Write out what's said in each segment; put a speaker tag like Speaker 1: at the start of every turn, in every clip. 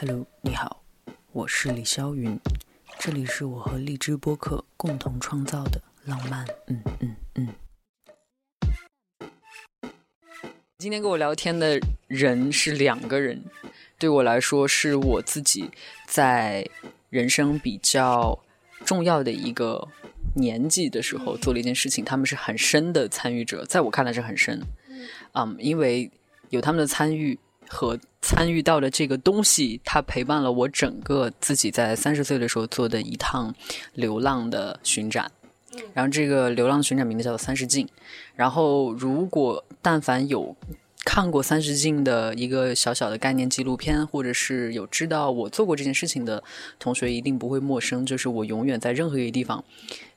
Speaker 1: Hello，你好，我是李霄云，这里是我和荔枝播客共同创造的浪漫。嗯嗯嗯。今天跟我聊天的人是两个人，对我来说是我自己在人生比较重要的一个年纪的时候做了一件事情，他们是很深的参与者，在我看来是很深。嗯，因为有他们的参与和参与到的这个东西，它陪伴了我整个自己在三十岁的时候做的一趟流浪的巡展。然后这个流浪巡展名字叫做《三十进》，然后如果但凡有看过《三十进》的一个小小的概念纪录片，或者是有知道我做过这件事情的同学，一定不会陌生。就是我永远在任何一个地方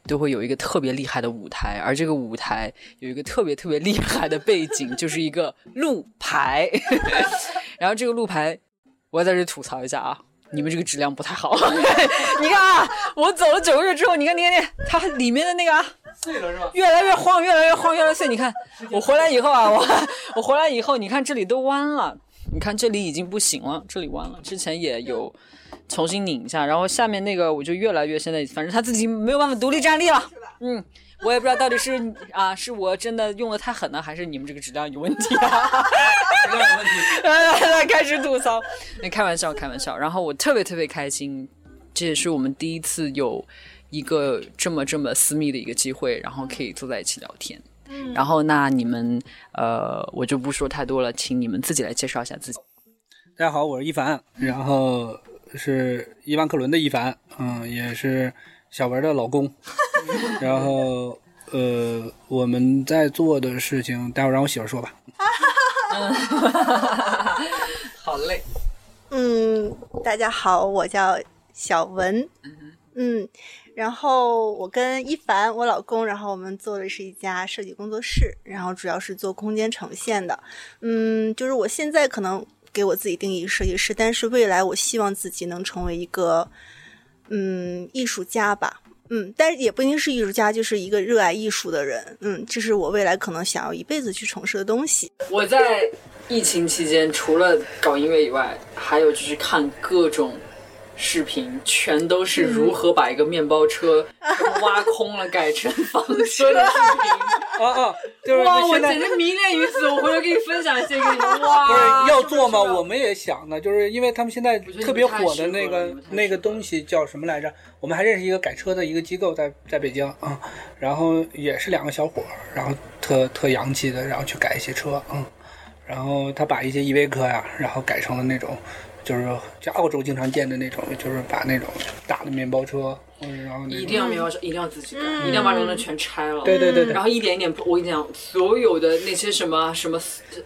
Speaker 1: 都会有一个特别厉害的舞台，而这个舞台有一个特别特别厉害的背景，就是一个路牌。 然后这个路牌，我要在这吐槽一下啊，你们这个质量不太好。 你看啊，我走了九个月之后，你看，你看，你看，它里面的那个啊，
Speaker 2: 碎了是 吧？
Speaker 1: 越来越晃，越来越晃，越来越碎。你看，我回来以后啊，我我回来以后，你看这里都弯了，你看这里已经不行了，这里弯了。之前也有重新拧一下，然后下面那个我就越来越现在，反正他自己没有办法独立站立了。嗯，我也不知道到底是啊，是我真的用的太狠了，还是你们这个质量有问题啊？
Speaker 2: 没有问题。
Speaker 1: 哎开始吐槽。那开玩笑，开玩笑。然后我特别特别开心，这也是我们第一次有一个这么这么私密的一个机会，然后可以坐在一起聊天。然后那你们呃，我就不说太多了，请你们自己来介绍一下自己。
Speaker 2: 大家好，我是一凡，然后是伊万克伦的一凡，嗯，也是小文的 老公。然后呃，我们在做的事情，待会儿让我媳妇儿说吧。
Speaker 1: 好嘞，
Speaker 3: 嗯，大家好，我叫小文，嗯，然后我跟一凡，我老公，然后我们做的是一家设计工作室，然后主要是做空间呈现的，嗯，就是我现在可能给我自己定义设计师，但是未来我希望自己能成为一个，嗯，艺术家吧。嗯，但是也不一定是艺术家，就是一个热爱艺术的人。嗯，这是我未来可能想要一辈子去从事的东西。
Speaker 1: 我在疫情期间，除了搞音乐以外，还有就是看各种视频，全都是如何把一个面包车挖空了改成房车的视频。
Speaker 2: 哦哦，就是
Speaker 1: 哇，我
Speaker 2: 现在
Speaker 1: 简直迷恋于此，我回头给你分享一些 给你。哇，
Speaker 2: 不是要做吗？
Speaker 1: 啊是不是
Speaker 2: 我们也想呢，就是因为他们现在
Speaker 1: 觉得你
Speaker 2: 特别火的那
Speaker 1: 太适合了你
Speaker 2: 个
Speaker 1: 们太适合了
Speaker 2: 那个东西叫什么来着？我们还认识一个改车的一个机构在在北京啊、嗯然后也是两个小伙儿，然后特特洋气的，然后去改一些车，嗯，然后他把一些依维柯呀，然后改成了那种。就是在澳洲经常见的那种，就是把那种大的面包车，嗯，然后
Speaker 1: 一
Speaker 2: 那种
Speaker 1: 定要面包车，一定要自己干，一定要把这个东西全拆了。
Speaker 2: 对对对对
Speaker 1: 然后一点一点，我跟你讲，所有的那些什么什么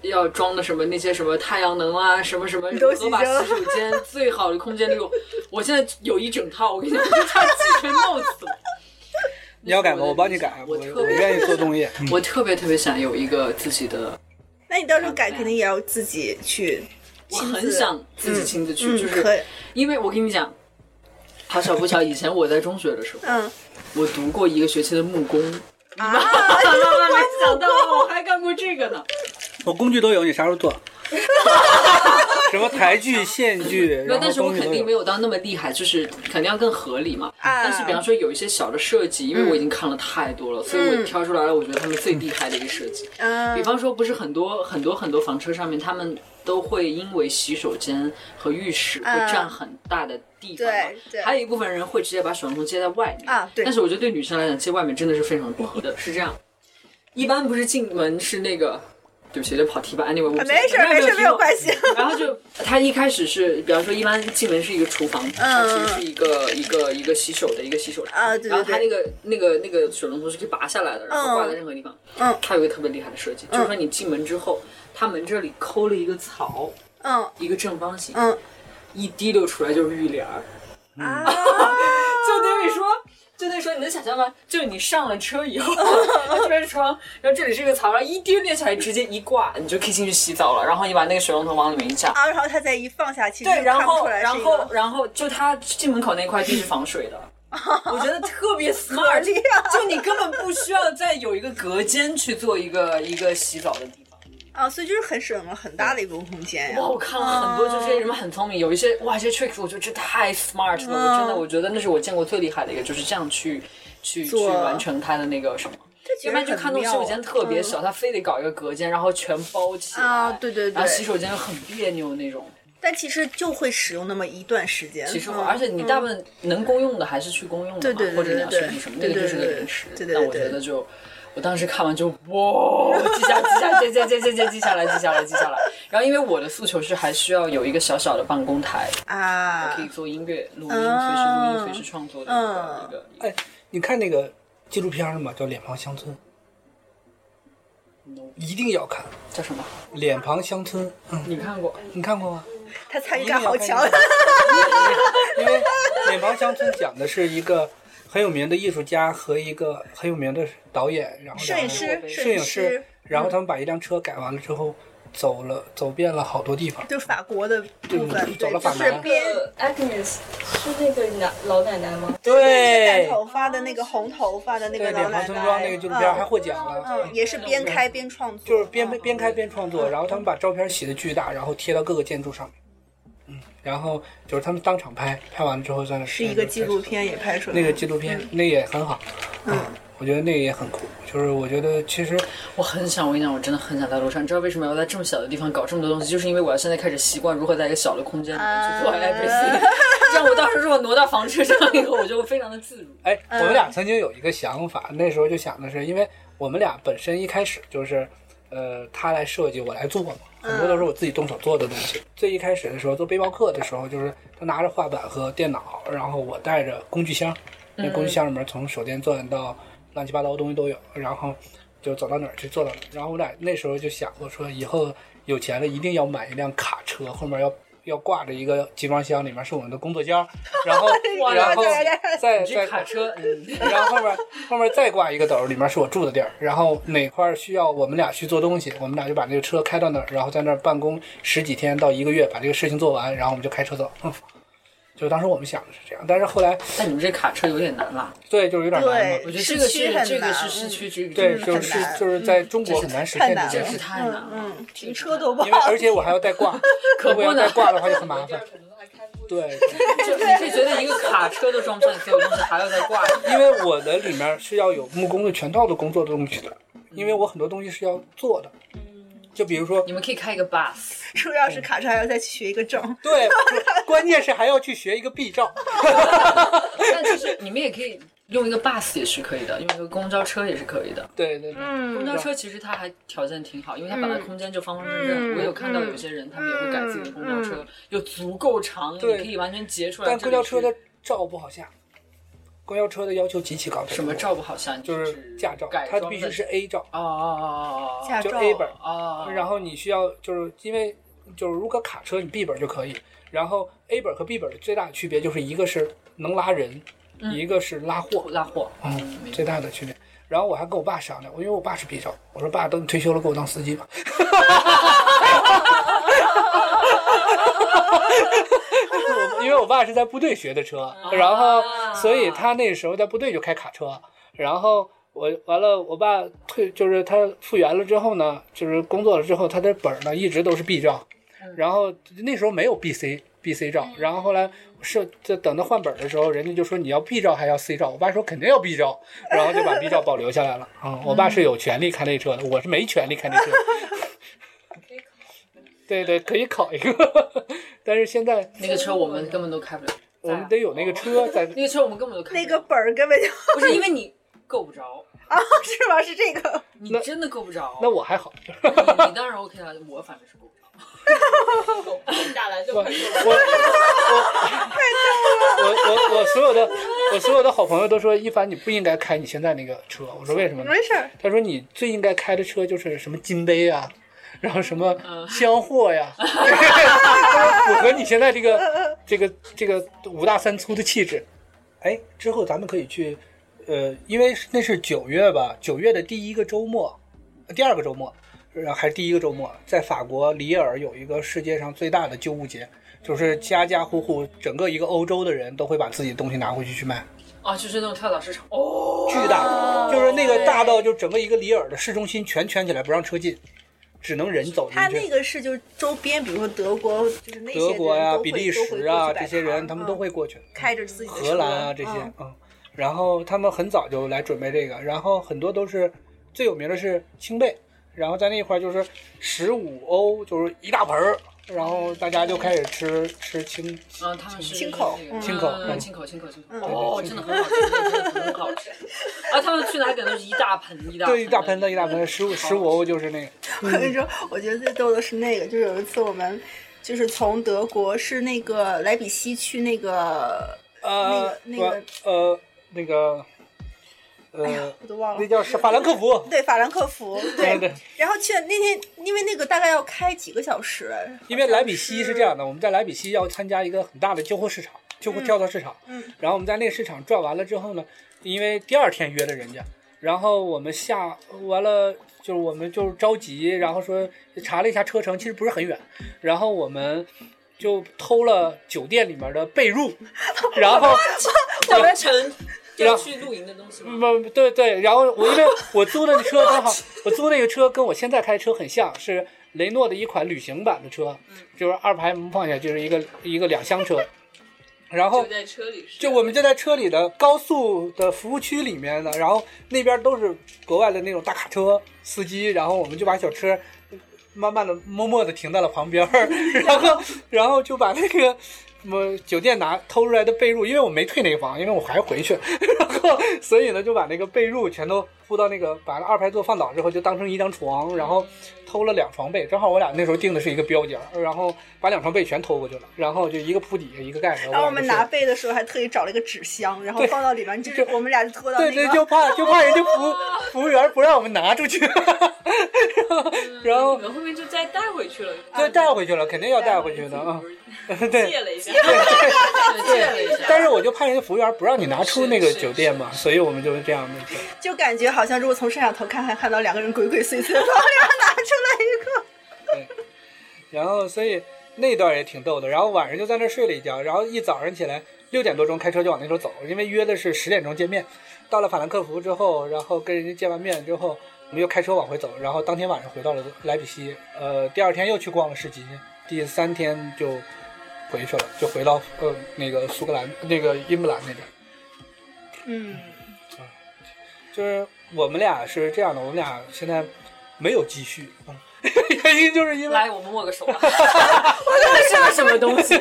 Speaker 1: 要装的什么那些什么太阳能啊，什么什么如何把洗手间最好的空间利用，我现在有一整套，我跟你讲，我就差继承 notes 了。
Speaker 2: 你要改吗？我帮你改，
Speaker 1: 我
Speaker 2: 我
Speaker 1: 特
Speaker 2: 我
Speaker 1: 别
Speaker 2: 愿意做东西。嗯
Speaker 1: 我特别特别想有一个自己的，
Speaker 3: 那你到时候改肯定也要自己去
Speaker 1: 我
Speaker 3: 亲自，
Speaker 1: 很想自己亲自去，就
Speaker 3: 嗯，可以
Speaker 1: 是，因为我跟你讲，好巧不巧，以前我在中学的时候，
Speaker 3: 嗯。
Speaker 1: 我读过一个学期的木工，
Speaker 3: 啊，
Speaker 1: 万万没想到我还干过这个呢。
Speaker 2: 我工具都有，你啥时候 做？什么台剧、线剧，
Speaker 1: 没有，
Speaker 2: 然后
Speaker 1: 但是我
Speaker 2: 工具
Speaker 1: 肯
Speaker 2: 都
Speaker 1: 定没
Speaker 2: 有。
Speaker 1: 有到那么厉害，就是肯定要更合理嘛。
Speaker 3: 啊
Speaker 1: 但是比方说有一些小的设计，因为我已经看了太多了，所以我挑出来了，我觉得他们最厉害的一个设计。
Speaker 3: 嗯，
Speaker 1: 比方说，不是很多很多很多房车上面，他们都会因为洗手间和浴室会占很大的地方嘛。
Speaker 3: 嗯对对
Speaker 1: 还有一部分人会直接把水龙头接在外面
Speaker 3: 啊对
Speaker 1: 但是我觉得对女生来讲，接外面真的是非常不合的。是这样，一般不是进门是那个，对不起，有点跑题吧。Anyway，我不
Speaker 3: 啊没事儿没事儿没有关系。
Speaker 1: 然后就他一开始是，比方说一般进门是一个厨房，
Speaker 3: 嗯
Speaker 1: 其实是一个一个一个洗手的一个洗手台
Speaker 3: 啊对对
Speaker 1: 然后他那
Speaker 3: 对
Speaker 1: 个那个那个水龙头是可以拔下来的，然后挂在任何地方。
Speaker 3: 嗯
Speaker 1: 它有一个特别厉害的设计，就是说你进门之后，它门这里抠了一个槽，
Speaker 3: 嗯
Speaker 1: 一个正方形，
Speaker 3: 嗯
Speaker 1: 一滴溜出来就是浴帘儿。
Speaker 3: 啊，
Speaker 1: 就等于说，就等于说，你能想象吗？就是你上了车以后，然后这边是窗，然后这里是一个槽，然后一滴溜起来，直接一挂，你就可以进去洗澡了。然后你把那个水龙头往里面一架，
Speaker 3: 啊，然后它再一放下去，
Speaker 1: 对，
Speaker 3: 就看
Speaker 1: 然
Speaker 3: 不
Speaker 1: 后
Speaker 3: 出来
Speaker 1: 然
Speaker 3: 是一
Speaker 1: 后
Speaker 3: 个
Speaker 1: 然后就他进门口那块地是防水的， 我觉得特别 smart，
Speaker 3: 厉害
Speaker 1: 就你根本不需要再有一个隔间去做一个一个洗澡的地方。
Speaker 3: 啊，所以就是很省了很大的一个空间呀、
Speaker 1: 哇，我看了很多，就这
Speaker 3: 啊
Speaker 1: 些人们很聪明，有一些哇，这些 tricks 我觉得这太 smart 了，我真
Speaker 3: 嗯
Speaker 1: 的我觉得那是我见过最厉害的一个，就是这样去去去
Speaker 3: 做
Speaker 1: 完成他的那个什么。
Speaker 3: 其
Speaker 1: 要
Speaker 3: 实
Speaker 1: 不然就
Speaker 3: 很
Speaker 1: 看那种洗
Speaker 3: 妙嗯
Speaker 1: 手间特别小，他非得搞一个隔间，然后全包起来
Speaker 3: 啊对对对
Speaker 1: 然后洗手间又很别扭那种。
Speaker 3: 嗯但其实就会使用那么一段时间。
Speaker 1: 其实我，
Speaker 3: 嗯
Speaker 1: 而且你大部分能公用的还是去公用的嘛，
Speaker 3: 对对对
Speaker 1: 或者你要
Speaker 3: 对
Speaker 1: 去
Speaker 3: 对
Speaker 1: 那什么，那
Speaker 3: 对
Speaker 1: 个就是个
Speaker 3: 对对
Speaker 1: 零食。
Speaker 3: 对对
Speaker 1: 但我
Speaker 3: 对
Speaker 1: 觉
Speaker 3: 对
Speaker 1: 得就，我当时看完就哇，记下记下记下记下记记下来记下来记下来。然后因为我的诉求是还需要有一个小小的办公台，
Speaker 3: 啊
Speaker 1: 可以，做音乐录音，随时录音，随时创作的
Speaker 3: 嗯
Speaker 1: 一个一个。
Speaker 2: 哎，你看那个纪录片了吗？叫《脸庞乡村》，
Speaker 1: No
Speaker 2: 一定要看
Speaker 1: 叫什么？
Speaker 2: 《脸庞乡村》。嗯，
Speaker 1: 你看过？
Speaker 2: 你看过吗？
Speaker 3: 他参与感好强
Speaker 2: 一。因为《脸庞乡村》讲的是一个很有名的艺术家和一个很有名的导演，然后
Speaker 3: 摄
Speaker 2: 两个人
Speaker 3: 影师，嗯
Speaker 1: 摄
Speaker 2: 摄
Speaker 3: 影
Speaker 2: 影师，然后他们把一辆车改完了之后，走了走遍了好多地方。
Speaker 3: 就是法国的部分，
Speaker 2: 走了
Speaker 3: 对，就
Speaker 2: 法
Speaker 3: 是
Speaker 2: 南
Speaker 3: 边
Speaker 4: Agnes 哎是那个奶老奶奶 吗？
Speaker 3: 染
Speaker 2: 对
Speaker 3: 头发的那个红头发的那
Speaker 2: 对，
Speaker 3: 个
Speaker 2: 《脸
Speaker 3: 老
Speaker 2: 庞
Speaker 3: 奶
Speaker 2: 村庄》那个
Speaker 3: 奶，
Speaker 2: 纪录片还获奖了，
Speaker 3: 嗯，也是边开边创作，嗯
Speaker 2: 就是边边开边创作，然后他们把照片洗的巨大，然后贴到各个建筑上面。嗯，然后就是他们当场拍，拍完了之后算
Speaker 3: 是一个纪录片也拍出来
Speaker 2: 那
Speaker 3: 了，
Speaker 2: 个纪录片，那也很好。嗯，我觉得那个也很酷。就是我觉得其实
Speaker 1: 我很想，我跟你讲，我真的很想在路上。你知道为什么要在这么小的地方搞这么多东西？就是因为我要现在开始习惯如何在一个小的空间里面
Speaker 3: 啊
Speaker 1: 去做 everything。这样我到时候如果挪到房车上以后，我就会非常的自如。
Speaker 2: 哎，我们俩曾经有一个想法，那时候就想的是，因为我们俩本身一开始就是，呃，他来设计，我来做嘛，很多都是我自己动手做的东西。最一开始的时候做背包客的时候，就是他拿着画板和电脑，然后我带着工具箱，那工具箱里面从手电钻到乱七八糟的东西都有，然后就走到哪儿去做到哪儿。然后我俩那时候就想过说，以后有钱了一定要买一辆卡车，后面要。要挂着一个集装箱，里面是我们的工作箱，然后
Speaker 1: 哇
Speaker 2: 然后
Speaker 1: 对
Speaker 2: 再
Speaker 1: 你
Speaker 2: 再
Speaker 1: 这卡车，嗯，
Speaker 2: 然后后面后面再挂一个斗儿，里面是我住的地儿。然后哪块儿需要我们俩去做东西，我们俩就把这个车开到那儿，然后在那儿办公十几天到一个月，把这个事情做完，然后我们就开车走。 嗯，就当时我们想的是这样，但是后来
Speaker 1: 但你们这卡车有点难啦。
Speaker 2: 对，就是有点难嘛。
Speaker 1: 我觉
Speaker 3: 对，
Speaker 1: 得
Speaker 3: 市
Speaker 1: 这个
Speaker 3: 区
Speaker 1: 是
Speaker 3: 很
Speaker 1: 这个
Speaker 3: 难，
Speaker 1: 是市区这个
Speaker 2: 对，
Speaker 1: 这
Speaker 2: 就
Speaker 1: 个
Speaker 2: 是
Speaker 3: 很难
Speaker 2: 就是在中国很难实现的
Speaker 3: 太
Speaker 2: 这
Speaker 1: 真
Speaker 2: 个
Speaker 1: 是
Speaker 2: 事情，
Speaker 1: 太难了。
Speaker 3: 嗯，停车都不
Speaker 2: 因为
Speaker 3: 好
Speaker 2: 而，且我还要再挂，
Speaker 1: 可
Speaker 2: 如果
Speaker 1: 不
Speaker 2: 要
Speaker 1: 呢
Speaker 2: 再，挂的话就很麻
Speaker 4: 这
Speaker 2: 烦
Speaker 4: 样。可能还开不。
Speaker 2: 对，
Speaker 1: 就你是觉得一个卡车都装不上你所有东西，还要再挂？
Speaker 2: 因为我的里面是要有木工的全套的工作的东西的，因为我很多东西是要做的。
Speaker 1: 嗯
Speaker 2: 就比如说
Speaker 1: 你们可以开一个 bus。
Speaker 3: 出钥匙卡车还要再去学一个证，
Speaker 2: 对， 不关键是还要去学一个 B 照。
Speaker 1: 但就是你们也可以用一个 bus 也是可以的，用一个公交车也是可以的。
Speaker 2: 对对对，
Speaker 1: 公
Speaker 3: 嗯
Speaker 1: 交车其实它还条件挺好，因为它本
Speaker 2: 嗯
Speaker 1: 来空间就方方正正。
Speaker 3: 嗯
Speaker 1: 我有看到有些人他们也会改自己的公交车，有足够长，你
Speaker 2: 嗯对
Speaker 1: 可以完全截出来。
Speaker 2: 但公交车的照不好下，公交车的要求极其高。
Speaker 1: 什么？照不好像你
Speaker 2: 就是驾照
Speaker 1: 改，
Speaker 2: 它
Speaker 1: 装的
Speaker 2: 必须是 A 照，
Speaker 1: 哦哦哦哦
Speaker 3: 驾
Speaker 2: 就
Speaker 3: 照
Speaker 2: A 本儿。
Speaker 1: 哦哦，
Speaker 2: 然
Speaker 1: 后
Speaker 2: 后你需要就是因为就是如果卡车你 B 本儿就可以，然后 A 本儿和 B 本儿最大的区别就是一个是能拉人，一个是拉货。
Speaker 1: 拉货，嗯，没
Speaker 2: 最大的区别。然后我还跟我爸商量，因为我爸是 B 照，我说爸，等你退休了给我当司机吧。我因为我爸是在部队学的车，然后所以他那时候在部队就开卡车，然后我完了，我爸退就是他复员了之后呢，就是工作了之后，他的本儿呢一直都是 B 照，然后那时候没有 B C B C 照，然后后来是就等他换本儿的时候，人家就说你要 B 照还要 C 照，我爸说肯定要 B 照，然后就把 B 照保留下来了。嗯，我爸是有权利开那车的，我是没权利开那车。 对对，可以考一个， 但是现在
Speaker 1: 那个车我们根本都开不了，
Speaker 2: 我们得有那个车在。
Speaker 1: 那个车我们根本都开不了
Speaker 3: 那个本儿根本就
Speaker 1: 不 是因为你够不着，
Speaker 3: 啊，是吗？是这个，
Speaker 1: 你真的够不着。
Speaker 2: 那我还好，
Speaker 1: 你你当然 OK 了，我反正是够不着。
Speaker 4: 下来就
Speaker 2: 我我我我我所有的我所有的好朋友都说一凡你不应该开你现在那个车，我说为什么呢？
Speaker 3: 没事儿，
Speaker 2: 他说你最应该开的车就是什么金杯啊， 然后什么香货呀，他说符合你现在这个这个这个五大三粗的气质。哎，之后咱们可以去，呃，因为那是九月吧，九月的第一个周末，呃第二个周末，然后还是第一个周末，在法国里尔有一个世界上最大的旧物节，就是家家户户整个一个欧洲的人都会把自己的东西拿回去去卖。
Speaker 1: 啊，就是那种跳蚤市场。哦，
Speaker 2: 巨大，就是那个大到就整个一个里尔的市中心全圈起来，不让车进。只能人走进去。
Speaker 3: 他那个是就是周边，比如说德国，就是那些
Speaker 2: 德国
Speaker 3: 人
Speaker 2: 呀、
Speaker 3: 都会
Speaker 2: 比利
Speaker 3: 都会
Speaker 2: 时
Speaker 3: 过
Speaker 2: 啊
Speaker 3: 去摆
Speaker 2: 这些人，
Speaker 3: 摊
Speaker 2: 他们都
Speaker 3: 嗯
Speaker 2: 会过去。
Speaker 3: 开着自己的
Speaker 2: 荷兰啊这
Speaker 3: 车
Speaker 2: 些，
Speaker 3: 嗯
Speaker 2: 嗯，然后他们很早就来准备这个，然后很多都是最有名的是青贝，然后在那块儿就是十五欧就是一大盆儿，然后大家就开始吃吃青，
Speaker 1: 嗯，他们是
Speaker 3: 清口
Speaker 1: 那个
Speaker 3: 嗯
Speaker 2: 清口
Speaker 1: 嗯
Speaker 2: 嗯
Speaker 1: 清口，清口，清口。
Speaker 3: 嗯
Speaker 1: 哦，
Speaker 2: 对对
Speaker 1: 真的很好吃，真的很好吃。啊，他们去哪点都是一大盆一大
Speaker 2: 对，一大盆
Speaker 1: 的
Speaker 2: 的一大盆，十五十五欧就是那个，
Speaker 3: 我跟你说，我觉得最逗的是那个，就是有一次我们就是从德国是那个莱比锡去那个，
Speaker 2: 呃，
Speaker 3: 那个
Speaker 2: 不呃那个
Speaker 3: 哎呀
Speaker 2: 呃，，
Speaker 3: 我都忘
Speaker 2: 那
Speaker 3: 了。
Speaker 2: 叫是法兰克福，
Speaker 3: 对，法兰克福，
Speaker 2: 对
Speaker 3: 对，
Speaker 2: 对。
Speaker 3: 然后去了那天，因为那个大概要开几个小时，
Speaker 2: 因为莱比锡是这样的，我们在莱比锡要参加一个很大的旧货市场，旧货跳蚤市场。
Speaker 3: 嗯，
Speaker 2: 然后我们在那个市场转完了之后呢，因为第二天约的人家，然后我们下完了，就是我们就是着急，然后说查了一下车程，其实不是很远，然后我们。就偷了酒店里面的被 褥，然后
Speaker 1: 我们城
Speaker 2: 然
Speaker 1: 要
Speaker 2: 后嗯
Speaker 1: 去露营的东西吗？
Speaker 2: 不不对对，然后我因为我租的车刚好，我租那个车跟我现在开的车很像，是雷诺的一款旅行版的车，就是二排门放下就是一个一个两厢车，然后
Speaker 4: 就在车里是。
Speaker 2: 就我们就在车里的高速的服务区里面的，然后那边都是国外的那种大卡车司机，然后我们就把小车慢慢的默默的停在了旁边儿，然后然后就把那个什么酒店拿偷出来的被褥，因为我没退那个房，因为我还回去， 然后所以呢就把那个被褥全都铺到那个把那二排座放倒之后，就当成一张床，然后偷了两床被，正好我俩那时候订的是一个标间儿，然后把两床被全偷过去了，然后就一个铺底下一个盖上，
Speaker 3: 然后
Speaker 2: 俩就
Speaker 3: 我们
Speaker 2: 睡了
Speaker 3: 拿被的时候还特意找了一个纸箱，然后
Speaker 2: 对
Speaker 3: 放到里面， 就是
Speaker 2: 就
Speaker 3: 我们俩就拖到
Speaker 2: 对
Speaker 3: 那
Speaker 2: 对，
Speaker 3: 个
Speaker 2: 就怕就怕人家 服务服务员不让我们拿出去，然后
Speaker 4: 你们后面就再带回去了。
Speaker 2: 就带回去了，肯定要带回去的啊
Speaker 4: 不。是
Speaker 2: 对，
Speaker 4: 借了 一下，
Speaker 1: 借了一下。
Speaker 2: 但是我就怕人家服务员不让你拿出那个
Speaker 1: 是是
Speaker 2: 酒店嘛，所以我们就是这样的。
Speaker 3: 就感觉好像如果从摄像头看，还看到两个人鬼鬼祟祟 的从里面拿出来一个。
Speaker 2: 然后所以那段也挺逗的，然后晚上就在那儿睡了一觉，然后一早上起来六点多钟开车就往那头走，因为约的是十点钟见面。到了法兰克福之后，然后跟人家见完面之后，我们又开车往回走，然后当天晚上回到了莱比锡，呃，第二天又去逛了市集，第三天就回去了，就回到呃那个苏格兰那个英格兰那边。
Speaker 3: 嗯，
Speaker 2: 就是我们俩是这样的，我们俩现在没有积蓄啊， 原因就是因为
Speaker 1: 来，我们握个手吧。这是个什么东西？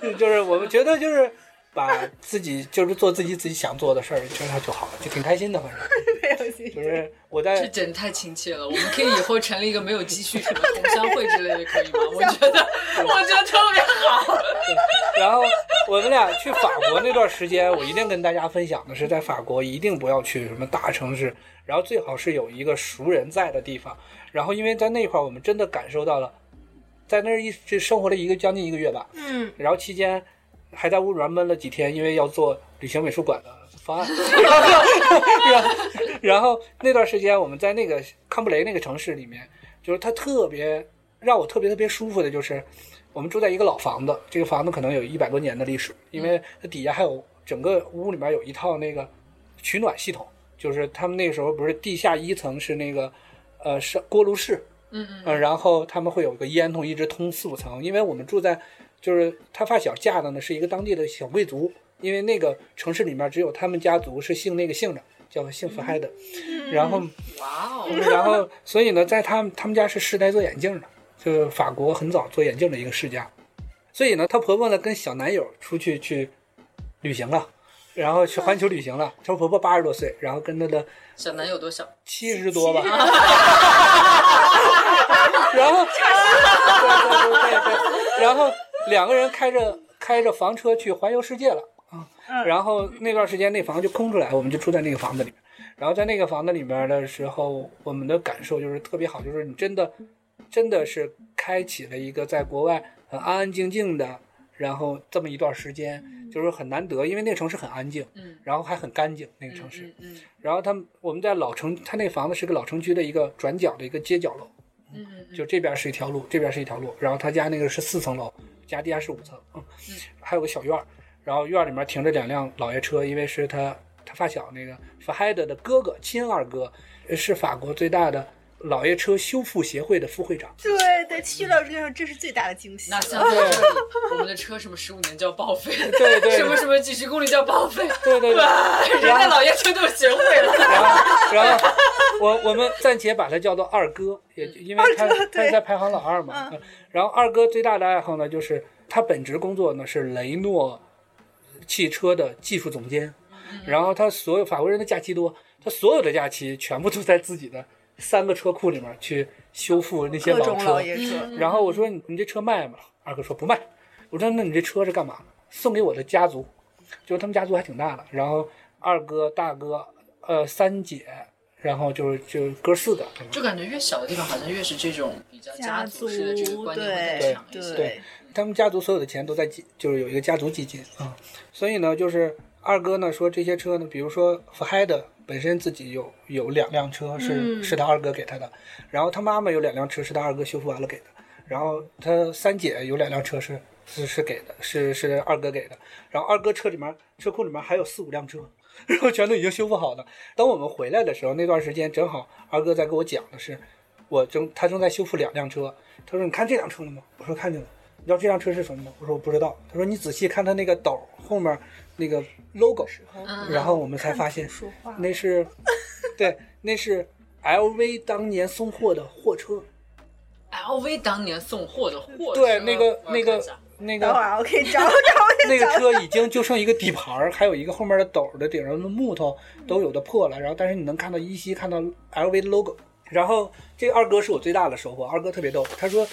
Speaker 2: 对， 就是我们觉得就是把自己就是做自己自己想做的事儿，这样就好了，就挺开心的，反正
Speaker 3: 没有兴趣
Speaker 2: 就。是我
Speaker 1: 这
Speaker 2: 在。
Speaker 1: 真太亲切了，我们可以以后成立一个没有积蓄什么同乡会之类的， 可以吗？我觉得，我觉得特别好。
Speaker 2: 然后我们俩去法国那段时间，我一定跟大家分享的是，在法国一定不要去什么大城市，然后最好是有一个熟人在的地方。然后因为在那块儿，我们真的感受到了，在那儿一直生活了一个将近一个月吧，
Speaker 3: 嗯，
Speaker 2: 然后期间还在屋里面闷了几天，因为要做旅行美术馆的 方案。然后，然后那段时间我们在那个康布雷那个城市里面，就是它特别让我特别特别舒服的，就是我们住在一个老房子，这个房子可能有一百多年的历史，因为
Speaker 1: 嗯
Speaker 2: 它底下还有整个屋里面有一套那个取暖系统，就是他们那时候不是地下一层是那个呃是锅炉室，
Speaker 1: 嗯嗯，
Speaker 2: 嗯，然后他们会有个烟囱一直通四五层，因为我们住在，就是他发小嫁的呢是一个当地的小贵族，因为那个城市里面只有他们家族是姓那个姓的，叫姓弗海的， 然后
Speaker 1: 哇哦，
Speaker 2: 然后所以呢，在他们他们家是世代做眼镜的，就是法国很早做眼镜的一个世家，所以呢，她婆婆呢跟小男友出去去旅行了，然后去环球旅行了，她婆婆八十多岁，然后跟她的
Speaker 1: 小南有多小？
Speaker 2: 七十多吧。 然后， 对对对对，然后两个人开着开着房车去环游世界了啊。
Speaker 1: 嗯
Speaker 2: 然后那段时间那房就空出来，我们就住在那个房子里面。然后在那个房子里面的时候，我们的感受就是特别好，就是你真的真的是开启了一个在国外很安安静静的，然后这么一段时间，就是很难得，因为那个城市很安静，
Speaker 1: 嗯，
Speaker 2: 然后还很干净那个城市。
Speaker 1: 嗯嗯
Speaker 2: 然后他们我们在老城，他那房子是个老城区的一个转角的一个街角楼，
Speaker 1: 嗯嗯嗯，
Speaker 2: 就这边是一条路，这边是一条路，然后他家那个是四层楼，家地下室五层，嗯，还有个小院儿，然后院儿里面停着两辆老爷车，因为是他他发小那个法海德的哥哥亲二哥，呃是法国最大的老爷车修复协会的副会长。
Speaker 3: 对对，去了这个这是最大的惊喜。
Speaker 1: 那像在这里，我们的车什么十五年就要报废，
Speaker 2: 对对
Speaker 1: 什么什么几十公里就要报 废，
Speaker 2: 对对对，
Speaker 1: 哇，人家老爷车都学会了。
Speaker 2: 然后然后我我们暂且把他叫做二哥，也因为他
Speaker 3: 嗯二哥
Speaker 2: 他
Speaker 3: 对嗯
Speaker 2: 在排行老二嘛。然后二哥最大的爱好呢，就是他本职工作呢是雷诺汽车的技术总监，
Speaker 3: 嗯
Speaker 2: 然后他所有法国人的假期多，他所有的假期全部都在自己的三个车库里面去修复那些
Speaker 3: 各
Speaker 2: 老
Speaker 3: 种
Speaker 2: 车。
Speaker 3: 老
Speaker 1: 嗯
Speaker 3: 爷车，
Speaker 2: 然后我说你你这车卖吗？二哥说不卖。我说那你这车是干嘛？送给我的家族，就是他们家族还挺大的。然后二哥、大哥、呃三姐，然后就是就哥四个。
Speaker 1: 就感觉越小的地方，好像越是这种比较
Speaker 3: 家
Speaker 1: 族
Speaker 3: 族
Speaker 1: 式的这个观念会更
Speaker 3: 对
Speaker 1: 强一些。
Speaker 3: 对，
Speaker 2: 他们家族所有的钱都在基，就是有一个家族基金啊。所以呢，就是二哥呢说这些车呢，比如说福海的本身自己有有两辆车是、
Speaker 3: 嗯
Speaker 2: 是他二哥给他的，然后他妈妈有两辆车是他二哥修复完了给的，然后他三姐有两辆车是是是给的，是是二哥给的，然后二哥车里面车库里面还有四五辆车。 然后全都已经修复好了。等我们回来的时候，那段时间正好二哥在跟我讲的是，我正他正在修复两辆车。他说：“你看这辆车了吗？”我说：“看见了。”你知道这辆车是什么吗？我说：“我不知道。”他说：“你仔细看它那个斗后面那个 logo。”然后我们才发现
Speaker 3: 看图说话
Speaker 2: 那 是，对，那是 LV 当年送货的货车。
Speaker 1: LV 当年送货的货车，
Speaker 2: 对，那个
Speaker 1: 我要
Speaker 2: 那
Speaker 1: 看一下
Speaker 2: 个那
Speaker 3: 等
Speaker 2: 个
Speaker 3: 会儿啊我可以找 找，我可
Speaker 2: 那
Speaker 3: 以找
Speaker 2: 个。车已经就剩一个底盘儿，还有一个后面的斗儿的顶上的木头都有的破了，然后但是你能看到依稀看到 LV 的 logo。然后这个二哥是我最大的收获，二哥特别逗，他说：“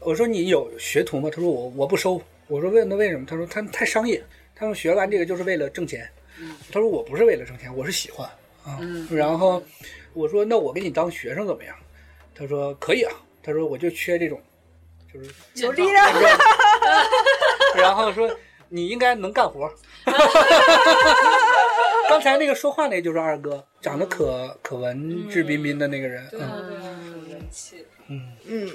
Speaker 2: 我说你有学徒吗？”他说我：“我不收。”我说：“问他为什么？”他说：“他们太商业，他们学完这个就是为了挣钱。”他说：“我不是为了挣钱，我是喜欢啊。”然后我说：“那我给你当学生怎么样？”他说：“可以啊。”他说：“我就缺这种，就是
Speaker 3: 有力量，
Speaker 2: 然后说你应该能干活儿。 刚才那个说话那就是二哥，长得可可文质彬彬的那个人。
Speaker 4: 对
Speaker 2: 嗯，
Speaker 4: 啊对啊，很人气。
Speaker 3: 嗯，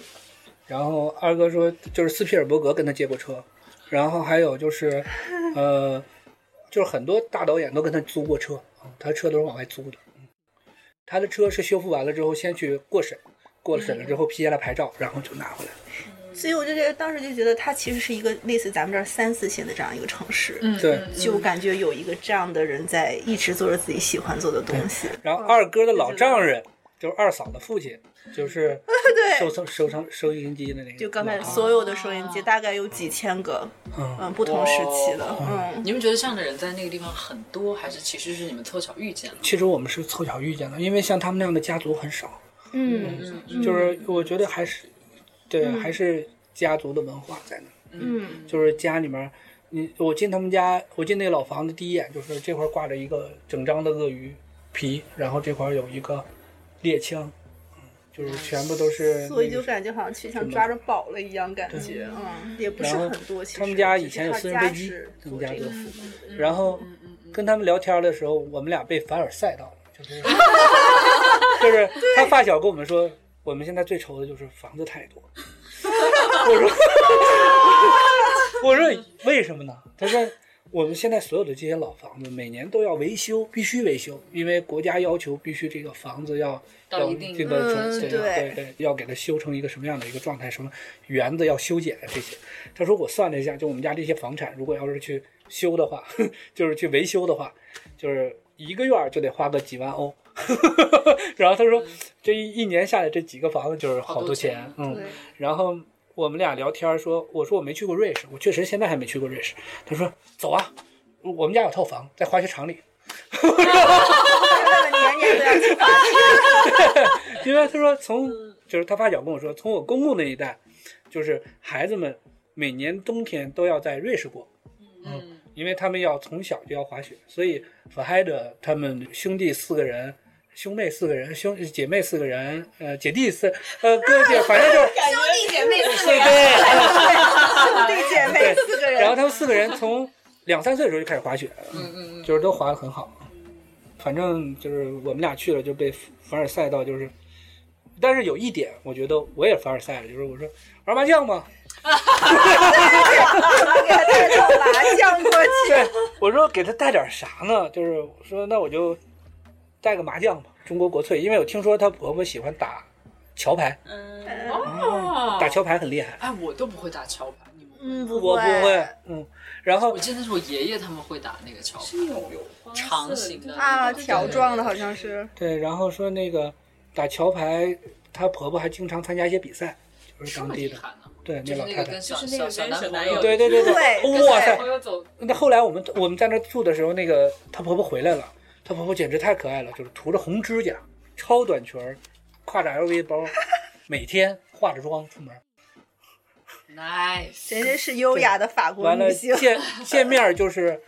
Speaker 2: 然后二哥说就是斯皮尔伯格跟他借过车，然后还有就是，呃，就是很多大导演都跟他租过车，嗯他车都是往外租的。嗯他的车是修复完了之后先去过审，过了审了之后批下来牌照，然后就拿回来。
Speaker 3: 所以我就觉得当时就觉得它其实是一个类似咱们这儿三四线的这样一个城市，
Speaker 1: 嗯
Speaker 2: 对
Speaker 1: 嗯
Speaker 3: 就感觉有一个这样的人在一直做着自己喜欢做的东西。
Speaker 2: 然后二哥的哦老丈人就是二嫂的父亲，就是收收收收收音机的那个。
Speaker 3: 就刚才
Speaker 2: 老啊
Speaker 3: 所有的收音机
Speaker 1: 哦
Speaker 3: 大概有几千个，
Speaker 2: 嗯，
Speaker 3: 嗯，不同时期的，
Speaker 2: 哦
Speaker 3: 嗯，
Speaker 1: 你们觉得这样的人在那个地方很多，还是其实是你们凑巧遇见了？
Speaker 2: 其实我们是凑巧遇见的，因为像他们那样的家族很少，
Speaker 3: 嗯
Speaker 2: 就是我觉得还是，对，
Speaker 3: 嗯
Speaker 2: 还是家族的文化在那儿，
Speaker 3: 嗯
Speaker 2: 就是家里面。你我进他们家，我进那个老房子，第一眼就是这块挂着一个整张的鳄鱼皮，然后这块有一个猎枪，嗯，就是全部都是、那个。
Speaker 3: 所以就感觉好像去像抓着宝了一样，感觉，嗯，也不是很多。其实
Speaker 2: 他们家以前有私人飞机
Speaker 3: 只是
Speaker 2: 他
Speaker 3: 他
Speaker 2: 们
Speaker 3: 们
Speaker 2: 家
Speaker 3: 家是
Speaker 2: 有
Speaker 3: 做这个服务
Speaker 1: 嗯
Speaker 3: 的，
Speaker 2: 然后跟他们聊天的时候，我们俩被凡尔 赛到了，就是就是他发小跟我们说，我们现在最愁的就是房子太多。 我说 我说为什么呢？他说我们现在所有的这些老房子每年都要维修，必须维修，因为国家要求必须这个房子要
Speaker 1: 到
Speaker 2: 要
Speaker 1: 一定
Speaker 2: 这个
Speaker 3: 嗯
Speaker 2: 对
Speaker 3: 对
Speaker 2: 对对，要给它修成一个什么样的一个状态，什么园子要修剪这些。他说我算了一下，就我们家这些房产，如果要是去修的话，就是去维修的话，就是一个院儿就得花个几万欧。 然后他说，这一一年下来，这几个房子就是好
Speaker 1: 嗯好
Speaker 2: 多
Speaker 1: 多
Speaker 2: 钱，
Speaker 1: 钱
Speaker 2: 嗯
Speaker 3: 对。
Speaker 2: 然后我们俩聊天说，我说我没去过瑞士，我确实现在还没去过瑞士。他说走啊，我们家有套房在滑雪场里，
Speaker 3: 他们年年都要去发
Speaker 2: 因为他说从就是他发小跟我说，从我公公那一代，就是孩子们每年冬天都要在瑞士过，
Speaker 1: 嗯，
Speaker 2: 因为他们要从小就要滑雪，所以法海德他们兄弟四个人。兄妹四个人，兄姐妹四个人，呃，姐弟四，呃，哥姐，反正就是
Speaker 3: 兄弟姐妹四
Speaker 2: 对，
Speaker 3: 兄弟姐妹四个
Speaker 2: 然后
Speaker 3: 人，
Speaker 2: 他们四个人从两三岁的时候就开始滑雪，嗯嗯，就是都滑得很好。反正就是我们俩去了就被凡尔赛到，就是，但是有一点，我觉得我也凡尔赛了，就是我说玩麻将 吗？
Speaker 3: 给他带套麻将过去，
Speaker 2: 对，我说给他带点啥呢？就是我说那我就带个麻将吧，中国国粹，因为我听说她婆婆喜欢打桥牌，
Speaker 4: 嗯，哦，
Speaker 2: 打桥牌很厉害。
Speaker 1: 哎，我都不会打桥牌，你们会吗？
Speaker 3: 嗯，
Speaker 2: 我啊不会，嗯，然后
Speaker 1: 我记得是我爷爷他们会打那个桥牌，
Speaker 4: 有
Speaker 1: 长形
Speaker 4: 嗯
Speaker 1: 的
Speaker 3: 啊，
Speaker 1: 对
Speaker 3: 条状的好像是，
Speaker 2: 对，然后说那个打桥牌，她婆婆还经常参加一些比赛，就是
Speaker 1: 这
Speaker 2: 当
Speaker 1: 么
Speaker 2: 地
Speaker 1: 厉
Speaker 2: 的
Speaker 1: 害。呢？
Speaker 2: 对，
Speaker 1: 就是
Speaker 2: 老
Speaker 1: 那
Speaker 2: 太
Speaker 1: 个
Speaker 2: 太
Speaker 1: 跟。小
Speaker 4: 就是那
Speaker 1: 小
Speaker 4: 个
Speaker 1: 小
Speaker 4: 跟
Speaker 1: 男
Speaker 4: 小
Speaker 1: 朋
Speaker 4: 男
Speaker 1: 友
Speaker 4: 友
Speaker 2: 对对对哦
Speaker 3: 对
Speaker 2: 哇塞！
Speaker 4: 朋友走，
Speaker 2: 那后来我们我们在那住的时候，那个她婆婆回来了，她婆婆简直太可爱了，就是涂着红指甲，超短裙儿，挎着 LV 包，每天化着妆出门。
Speaker 1: ，nice，
Speaker 3: 人家是优雅的法国
Speaker 2: 完了
Speaker 3: 女性，
Speaker 2: 见见面儿就是，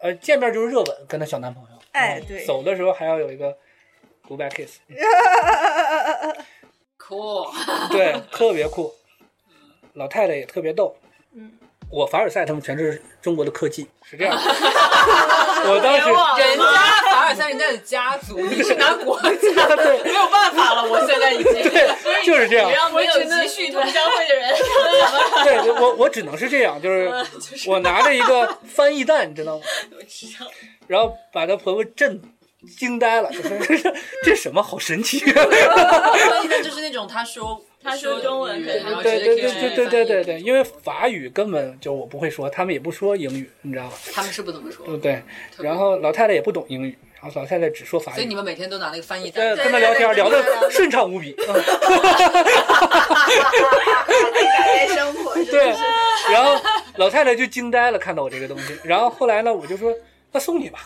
Speaker 2: 呃，见面儿就是热吻，跟她小男朋友。
Speaker 3: 哎
Speaker 2: 嗯
Speaker 3: 对
Speaker 2: 走的时候还要有一个 goodbye kiss，
Speaker 1: cool，
Speaker 2: 对，特别酷。老太太也特别逗。
Speaker 3: 嗯，
Speaker 2: 我凡尔赛他们全是中国的科技，是这样 的。我当时。
Speaker 1: 人家凡尔赛人家的家族，你是拿国家，没有办法了，我现在已经。
Speaker 2: 对， 就是这样
Speaker 4: 你。让没有
Speaker 1: 真的
Speaker 4: 积蓄同乡会的人，
Speaker 2: 对，对我我只能是这样，就是
Speaker 1: 嗯
Speaker 4: 就是
Speaker 2: 我拿着一个翻译蛋，你知 道吗？
Speaker 4: 我知道，
Speaker 2: 然后把她婆婆震惊呆了，就是 这什么好神奇、啊。
Speaker 1: 一般就是那种他说
Speaker 4: 他说中文可以
Speaker 1: 然后直
Speaker 2: 对
Speaker 1: 接
Speaker 2: 对
Speaker 1: 可以
Speaker 2: 对
Speaker 1: 直接
Speaker 2: 对对对对
Speaker 1: 翻
Speaker 2: 对，因为法语根本就我不会说，他们也不说英语，你知道吗？嗯
Speaker 1: 译，他们是不怎么说，
Speaker 2: 对对。
Speaker 1: 特别
Speaker 2: 然后老太太也不懂英语，然后老太太只说法
Speaker 1: 所以你
Speaker 2: 语，
Speaker 1: 们每天都拿那个翻译
Speaker 2: 呃，
Speaker 1: 单。
Speaker 2: 跟她聊天
Speaker 3: 对对
Speaker 2: 聊
Speaker 3: 对对
Speaker 2: 得
Speaker 3: 对
Speaker 2: 顺畅无比。嗯
Speaker 3: 改变生 活，真的
Speaker 2: 对
Speaker 3: 是，
Speaker 2: 然后老太太就惊呆了，看到我这个东西。然后后来呢，我就说那送你吧。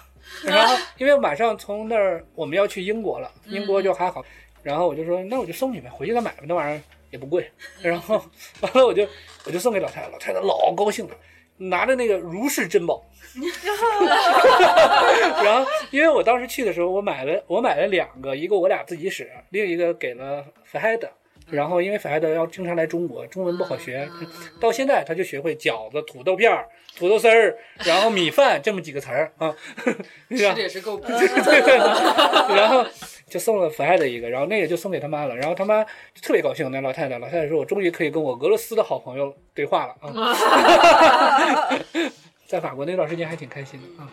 Speaker 2: 然后因为马上从那儿我们要去英国了，英国就还好。然后我就说那我就送你呗，回去再买吧，那玩意儿也不贵。然后 完了我就我就送给老太太，老太太老高兴了。拿着那个如是珍宝，然后因为我当时去的时候，我买了我买了两个，一个我俩自己使，另一个给了 f a d 然后因为 f a d 要经常来中国，中文不好学，到现在他就学会饺子、土豆片儿、土豆丝儿，然后米饭这么几个词儿啊， 是
Speaker 1: 吃
Speaker 2: 吧
Speaker 1: 的？也是够不
Speaker 2: 然后就送了 f a d 一个，然后那个就送给他妈了，然后他妈就特别高兴，那老太太，老太太说我终于可以跟我俄罗斯的好朋友对话了啊，在法国那段时间还挺开心的啊。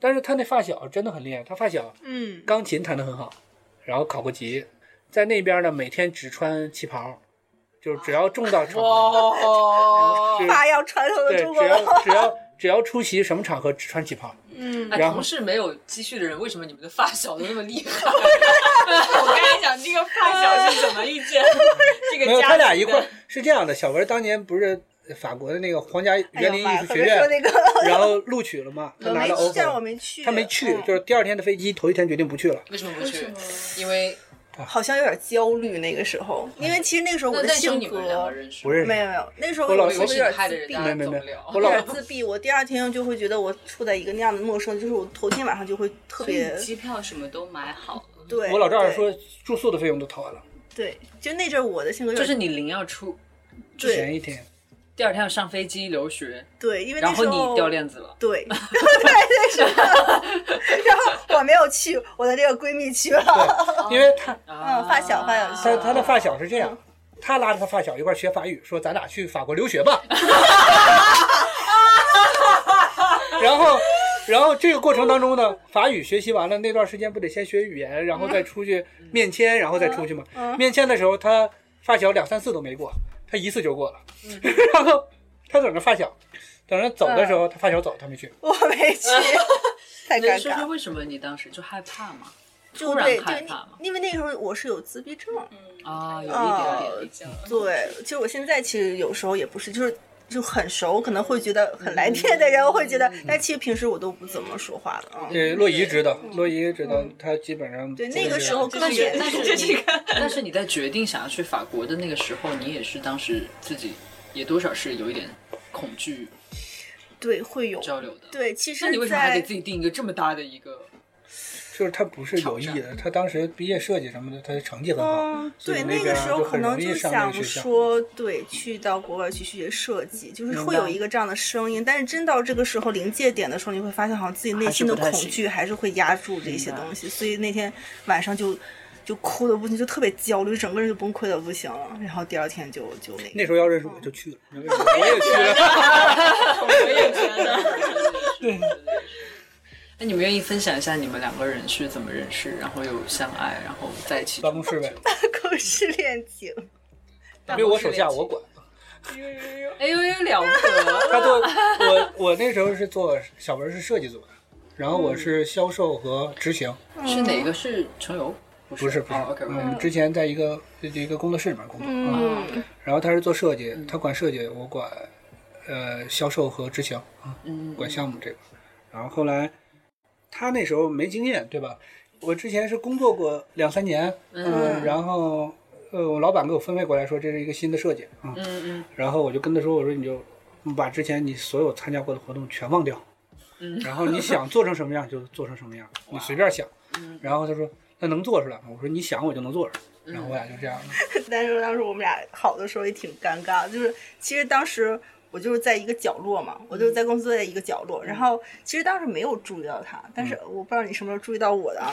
Speaker 2: 但是他那发小真的很厉害，他发小
Speaker 3: 嗯，
Speaker 2: 钢琴弹得很好，然后考过级，在那边呢每天只穿旗袍，就是只要中到场合，
Speaker 1: 哇！
Speaker 2: 只
Speaker 3: 发扬传统的
Speaker 2: 对，
Speaker 3: 中国
Speaker 2: 只
Speaker 3: 文化，
Speaker 2: 要只要只要出席什么场合只穿旗袍，
Speaker 3: 嗯，
Speaker 1: 哎，
Speaker 2: 然后
Speaker 1: 同事没有积蓄的人，为什么你们的发小都那么厉 害？
Speaker 4: 我刚才讲这个发小是怎么遇 见这
Speaker 2: 没
Speaker 4: 个
Speaker 2: 有
Speaker 4: 家
Speaker 2: 他俩
Speaker 4: 族
Speaker 2: 一
Speaker 4: 的
Speaker 2: 块儿是这样的。小文当年不是法国的那个皇家
Speaker 3: 哎
Speaker 2: 园
Speaker 3: 呀
Speaker 2: 林
Speaker 3: 妈
Speaker 2: 艺
Speaker 3: 呀，
Speaker 2: 术
Speaker 3: 可
Speaker 2: 学
Speaker 3: 别
Speaker 2: 院，
Speaker 3: 说那个，
Speaker 2: 然后录取了 嘛，他
Speaker 3: 我
Speaker 2: 拿
Speaker 3: 没
Speaker 2: 了
Speaker 3: 去，但是我
Speaker 2: offer，
Speaker 3: 没去，
Speaker 2: 他没去，
Speaker 3: 嗯
Speaker 2: 就是第二天的飞机，头一天决定不去了。
Speaker 1: 为什么不去
Speaker 4: 为？
Speaker 1: 因为
Speaker 3: 好像有点焦虑那个时候，因为其实那个时候
Speaker 1: 那
Speaker 3: 我的
Speaker 1: 那时候你
Speaker 3: 性
Speaker 1: 们两
Speaker 3: 格
Speaker 1: 个认识
Speaker 2: 不认识
Speaker 3: 没有没有，那时候
Speaker 2: 嗯我老
Speaker 3: 我
Speaker 1: 以
Speaker 3: 是
Speaker 1: 为
Speaker 3: 有
Speaker 1: 是
Speaker 3: 点
Speaker 1: 你害的
Speaker 3: 自
Speaker 1: 人，啊
Speaker 3: 闭，
Speaker 1: 大
Speaker 2: 没
Speaker 1: 家
Speaker 2: 没
Speaker 1: 走
Speaker 2: 没
Speaker 1: 不了。
Speaker 2: 我
Speaker 3: 有
Speaker 2: 老
Speaker 3: 点自闭。我第二天就会觉得我处在一个那样的陌生，就是我头天晚上就会特别
Speaker 4: 机票什么都买好了，
Speaker 3: 对。
Speaker 2: 我老丈人
Speaker 3: 对
Speaker 2: 说住宿的费用都掏完了，
Speaker 3: 对，就那阵儿我的性格有
Speaker 1: 就是
Speaker 3: 点
Speaker 1: 你临要出，
Speaker 3: 对
Speaker 2: 前一天
Speaker 1: 第二天要上飞机留学，
Speaker 3: 对，因为
Speaker 1: 然
Speaker 3: 那
Speaker 1: 后
Speaker 3: 时
Speaker 1: 你
Speaker 3: 候
Speaker 1: 掉链子了。
Speaker 3: 对 对那时候， 然后我没有去，我的这个闺蜜去了，嗯
Speaker 2: 对，因为他
Speaker 1: 啊
Speaker 3: 发小发小
Speaker 2: 他他的发小是这
Speaker 3: 嗯
Speaker 2: 样，他拉着他发小一块儿学法语，说咱俩去法国留学 吧。然后，然后这个过程当中呢，法语学习完了那段时间不得先学语言，然后再出去
Speaker 3: 嗯
Speaker 2: 面签，然后再出去嘛。面签的时候，他发小两三次都没过，他一次就过了。
Speaker 3: 嗯
Speaker 2: 然后他等着发小，等着走的时候，他发小走，他没去。
Speaker 3: 我 没去，太
Speaker 1: 能
Speaker 3: 尴
Speaker 1: 说
Speaker 3: 尬
Speaker 1: 说
Speaker 3: 了。
Speaker 1: 为什么你当时就害怕吗？
Speaker 3: 就
Speaker 1: 突然
Speaker 3: 对
Speaker 1: 害
Speaker 3: 对
Speaker 1: 怕吗，
Speaker 3: 因为那时候我是有自闭症，
Speaker 1: 啊，有一
Speaker 3: 哦
Speaker 1: 点点。
Speaker 3: 对，
Speaker 1: 嗯
Speaker 3: 其实我现在其实有时候也不是，就是就很熟，可能会觉得很来电
Speaker 1: 嗯
Speaker 3: 的人我会觉得，但其实平时我都不怎么说话的啊。
Speaker 2: 呃，洛伊知道，洛伊知道，他基本上
Speaker 3: 嗯对
Speaker 2: 不
Speaker 3: 那
Speaker 2: 会
Speaker 3: 个
Speaker 2: 这
Speaker 3: 时
Speaker 2: 样
Speaker 3: 候根
Speaker 1: 但
Speaker 3: 本
Speaker 1: 哦是
Speaker 3: 也
Speaker 1: 但是
Speaker 4: 这
Speaker 1: 你
Speaker 4: 这个
Speaker 1: 但是你在决定想要去法国的那个时候，你也是当时自己也多少是有一点恐惧
Speaker 3: 对会有
Speaker 1: 交流的。，
Speaker 3: 对，其实
Speaker 1: 那你为什么还给
Speaker 3: 在
Speaker 1: 自己定一个这么大的一个？
Speaker 2: 就是他不是有意的，他当时毕业设计什么的，他的成绩很好，
Speaker 3: 嗯，
Speaker 2: 所以
Speaker 3: 对，
Speaker 2: 那
Speaker 3: 个
Speaker 2: 边
Speaker 3: 时候
Speaker 2: 就
Speaker 3: 可
Speaker 2: 很
Speaker 3: 能
Speaker 2: 容易
Speaker 3: 就
Speaker 2: 上那个
Speaker 3: 想
Speaker 2: 学校
Speaker 3: 说，对，去到国外去学设计，就是
Speaker 2: 明
Speaker 3: 会
Speaker 2: 白
Speaker 3: 有一个这样的声音。但是真到这个时候临界点的时候，你会发现好像自己内
Speaker 1: 还是
Speaker 3: 心的
Speaker 1: 不太
Speaker 3: 恐
Speaker 1: 行
Speaker 3: 惧还是会压住这些
Speaker 1: 明白
Speaker 3: 东西，所以那天晚上就就哭的不行，就特别焦虑，整个人就崩溃的不行了。然后第二天就就那个
Speaker 2: 那时候要认识我就去了，
Speaker 3: 嗯
Speaker 2: 我也去了。
Speaker 4: 我也觉得。
Speaker 1: 对。那你们愿意分享一下你们两个人是怎么认识，然后又相爱，然后在一起？
Speaker 2: 办公室呗，
Speaker 3: 口是恋情，
Speaker 2: 因为我手下我管。
Speaker 1: 哎呦呦了不得！
Speaker 2: 他做我我那时候是做小文是设计组的，然后我
Speaker 3: 嗯
Speaker 2: 是销售和执行，
Speaker 1: 是哪个是程游？不
Speaker 2: 不是不是
Speaker 1: 哦，OK，OK
Speaker 2: 我们之前在一个一个工作室里面工作，嗯
Speaker 3: 嗯
Speaker 2: 然后他是做设计，他管设计，我管呃销售和执行，
Speaker 1: 嗯，
Speaker 2: 管项目这个。然后后来他那时候没经验，对吧？我之前是工作过两三年，嗯，然后呃，我老板给我分配过来说这是一个新的设计，嗯，
Speaker 1: 嗯
Speaker 2: 然后我就跟他说，我说你就把之前你所有参加过的活动全忘掉，
Speaker 1: 嗯
Speaker 2: 然后你想做成什么样就做成什么样，你随便想。然后他说那能做出来吗？我说你想我就能做出来。然后我俩就这样，
Speaker 3: 但是当时我们俩好的时候也挺尴尬，就是其实当时我就是在一个角落嘛，我
Speaker 1: 嗯
Speaker 3: 就是在公司的一个角落，然后其实当时没有注意到他，但是
Speaker 1: 嗯
Speaker 3: 我不知道你什么时候注意到我的 啊，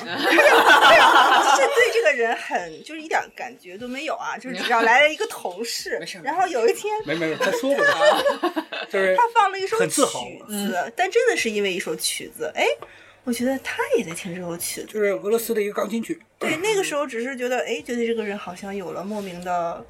Speaker 3: 就是对这个人很就是一点感觉都没有啊，就是只知道来了一个同事
Speaker 1: 没事，
Speaker 3: 然后有一天
Speaker 2: 没没没，他说过的，就是
Speaker 3: 他放了一首
Speaker 2: 很
Speaker 3: 曲
Speaker 2: 自豪啊
Speaker 3: 子，但真的是因为一首曲子，哎，我觉得他也在听这首曲子，
Speaker 2: 就是俄罗斯的一个钢琴曲，
Speaker 3: 对，那个时候只是觉得，哎，觉得这个人好像有了莫名 的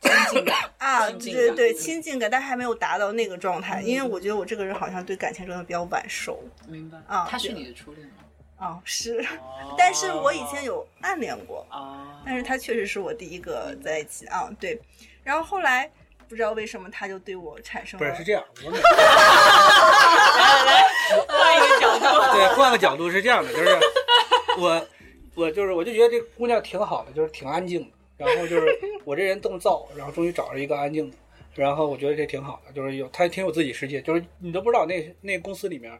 Speaker 3: 亲近感啊，
Speaker 1: 亲
Speaker 3: 对
Speaker 1: 近
Speaker 2: 嗯
Speaker 3: 对
Speaker 1: 感
Speaker 3: 对，亲近感，但还没有达到那个状态，因为我觉得我这个人好像对感情真的比较晚熟
Speaker 1: 嗯明白。
Speaker 3: 啊
Speaker 1: 他是你的初恋吗？
Speaker 3: 啊，是，
Speaker 1: 哦
Speaker 3: 但是我以前有暗恋过，
Speaker 1: 啊，
Speaker 3: 但是他确实是我第一个在一起啊，对，然后后来不知道为什么他就对我产生
Speaker 2: 不
Speaker 3: 了
Speaker 2: 是是这样，我每
Speaker 4: 换一个角度，
Speaker 2: 对，换个角度是这样的，就是我，我就是我就觉得这姑娘挺好的，就是挺安静的。然后就是我这人这么燥，然后终于找着一个安静的，然后我觉得这挺好的，就是有她挺有自己世界，就是你都不知道那那公司里面，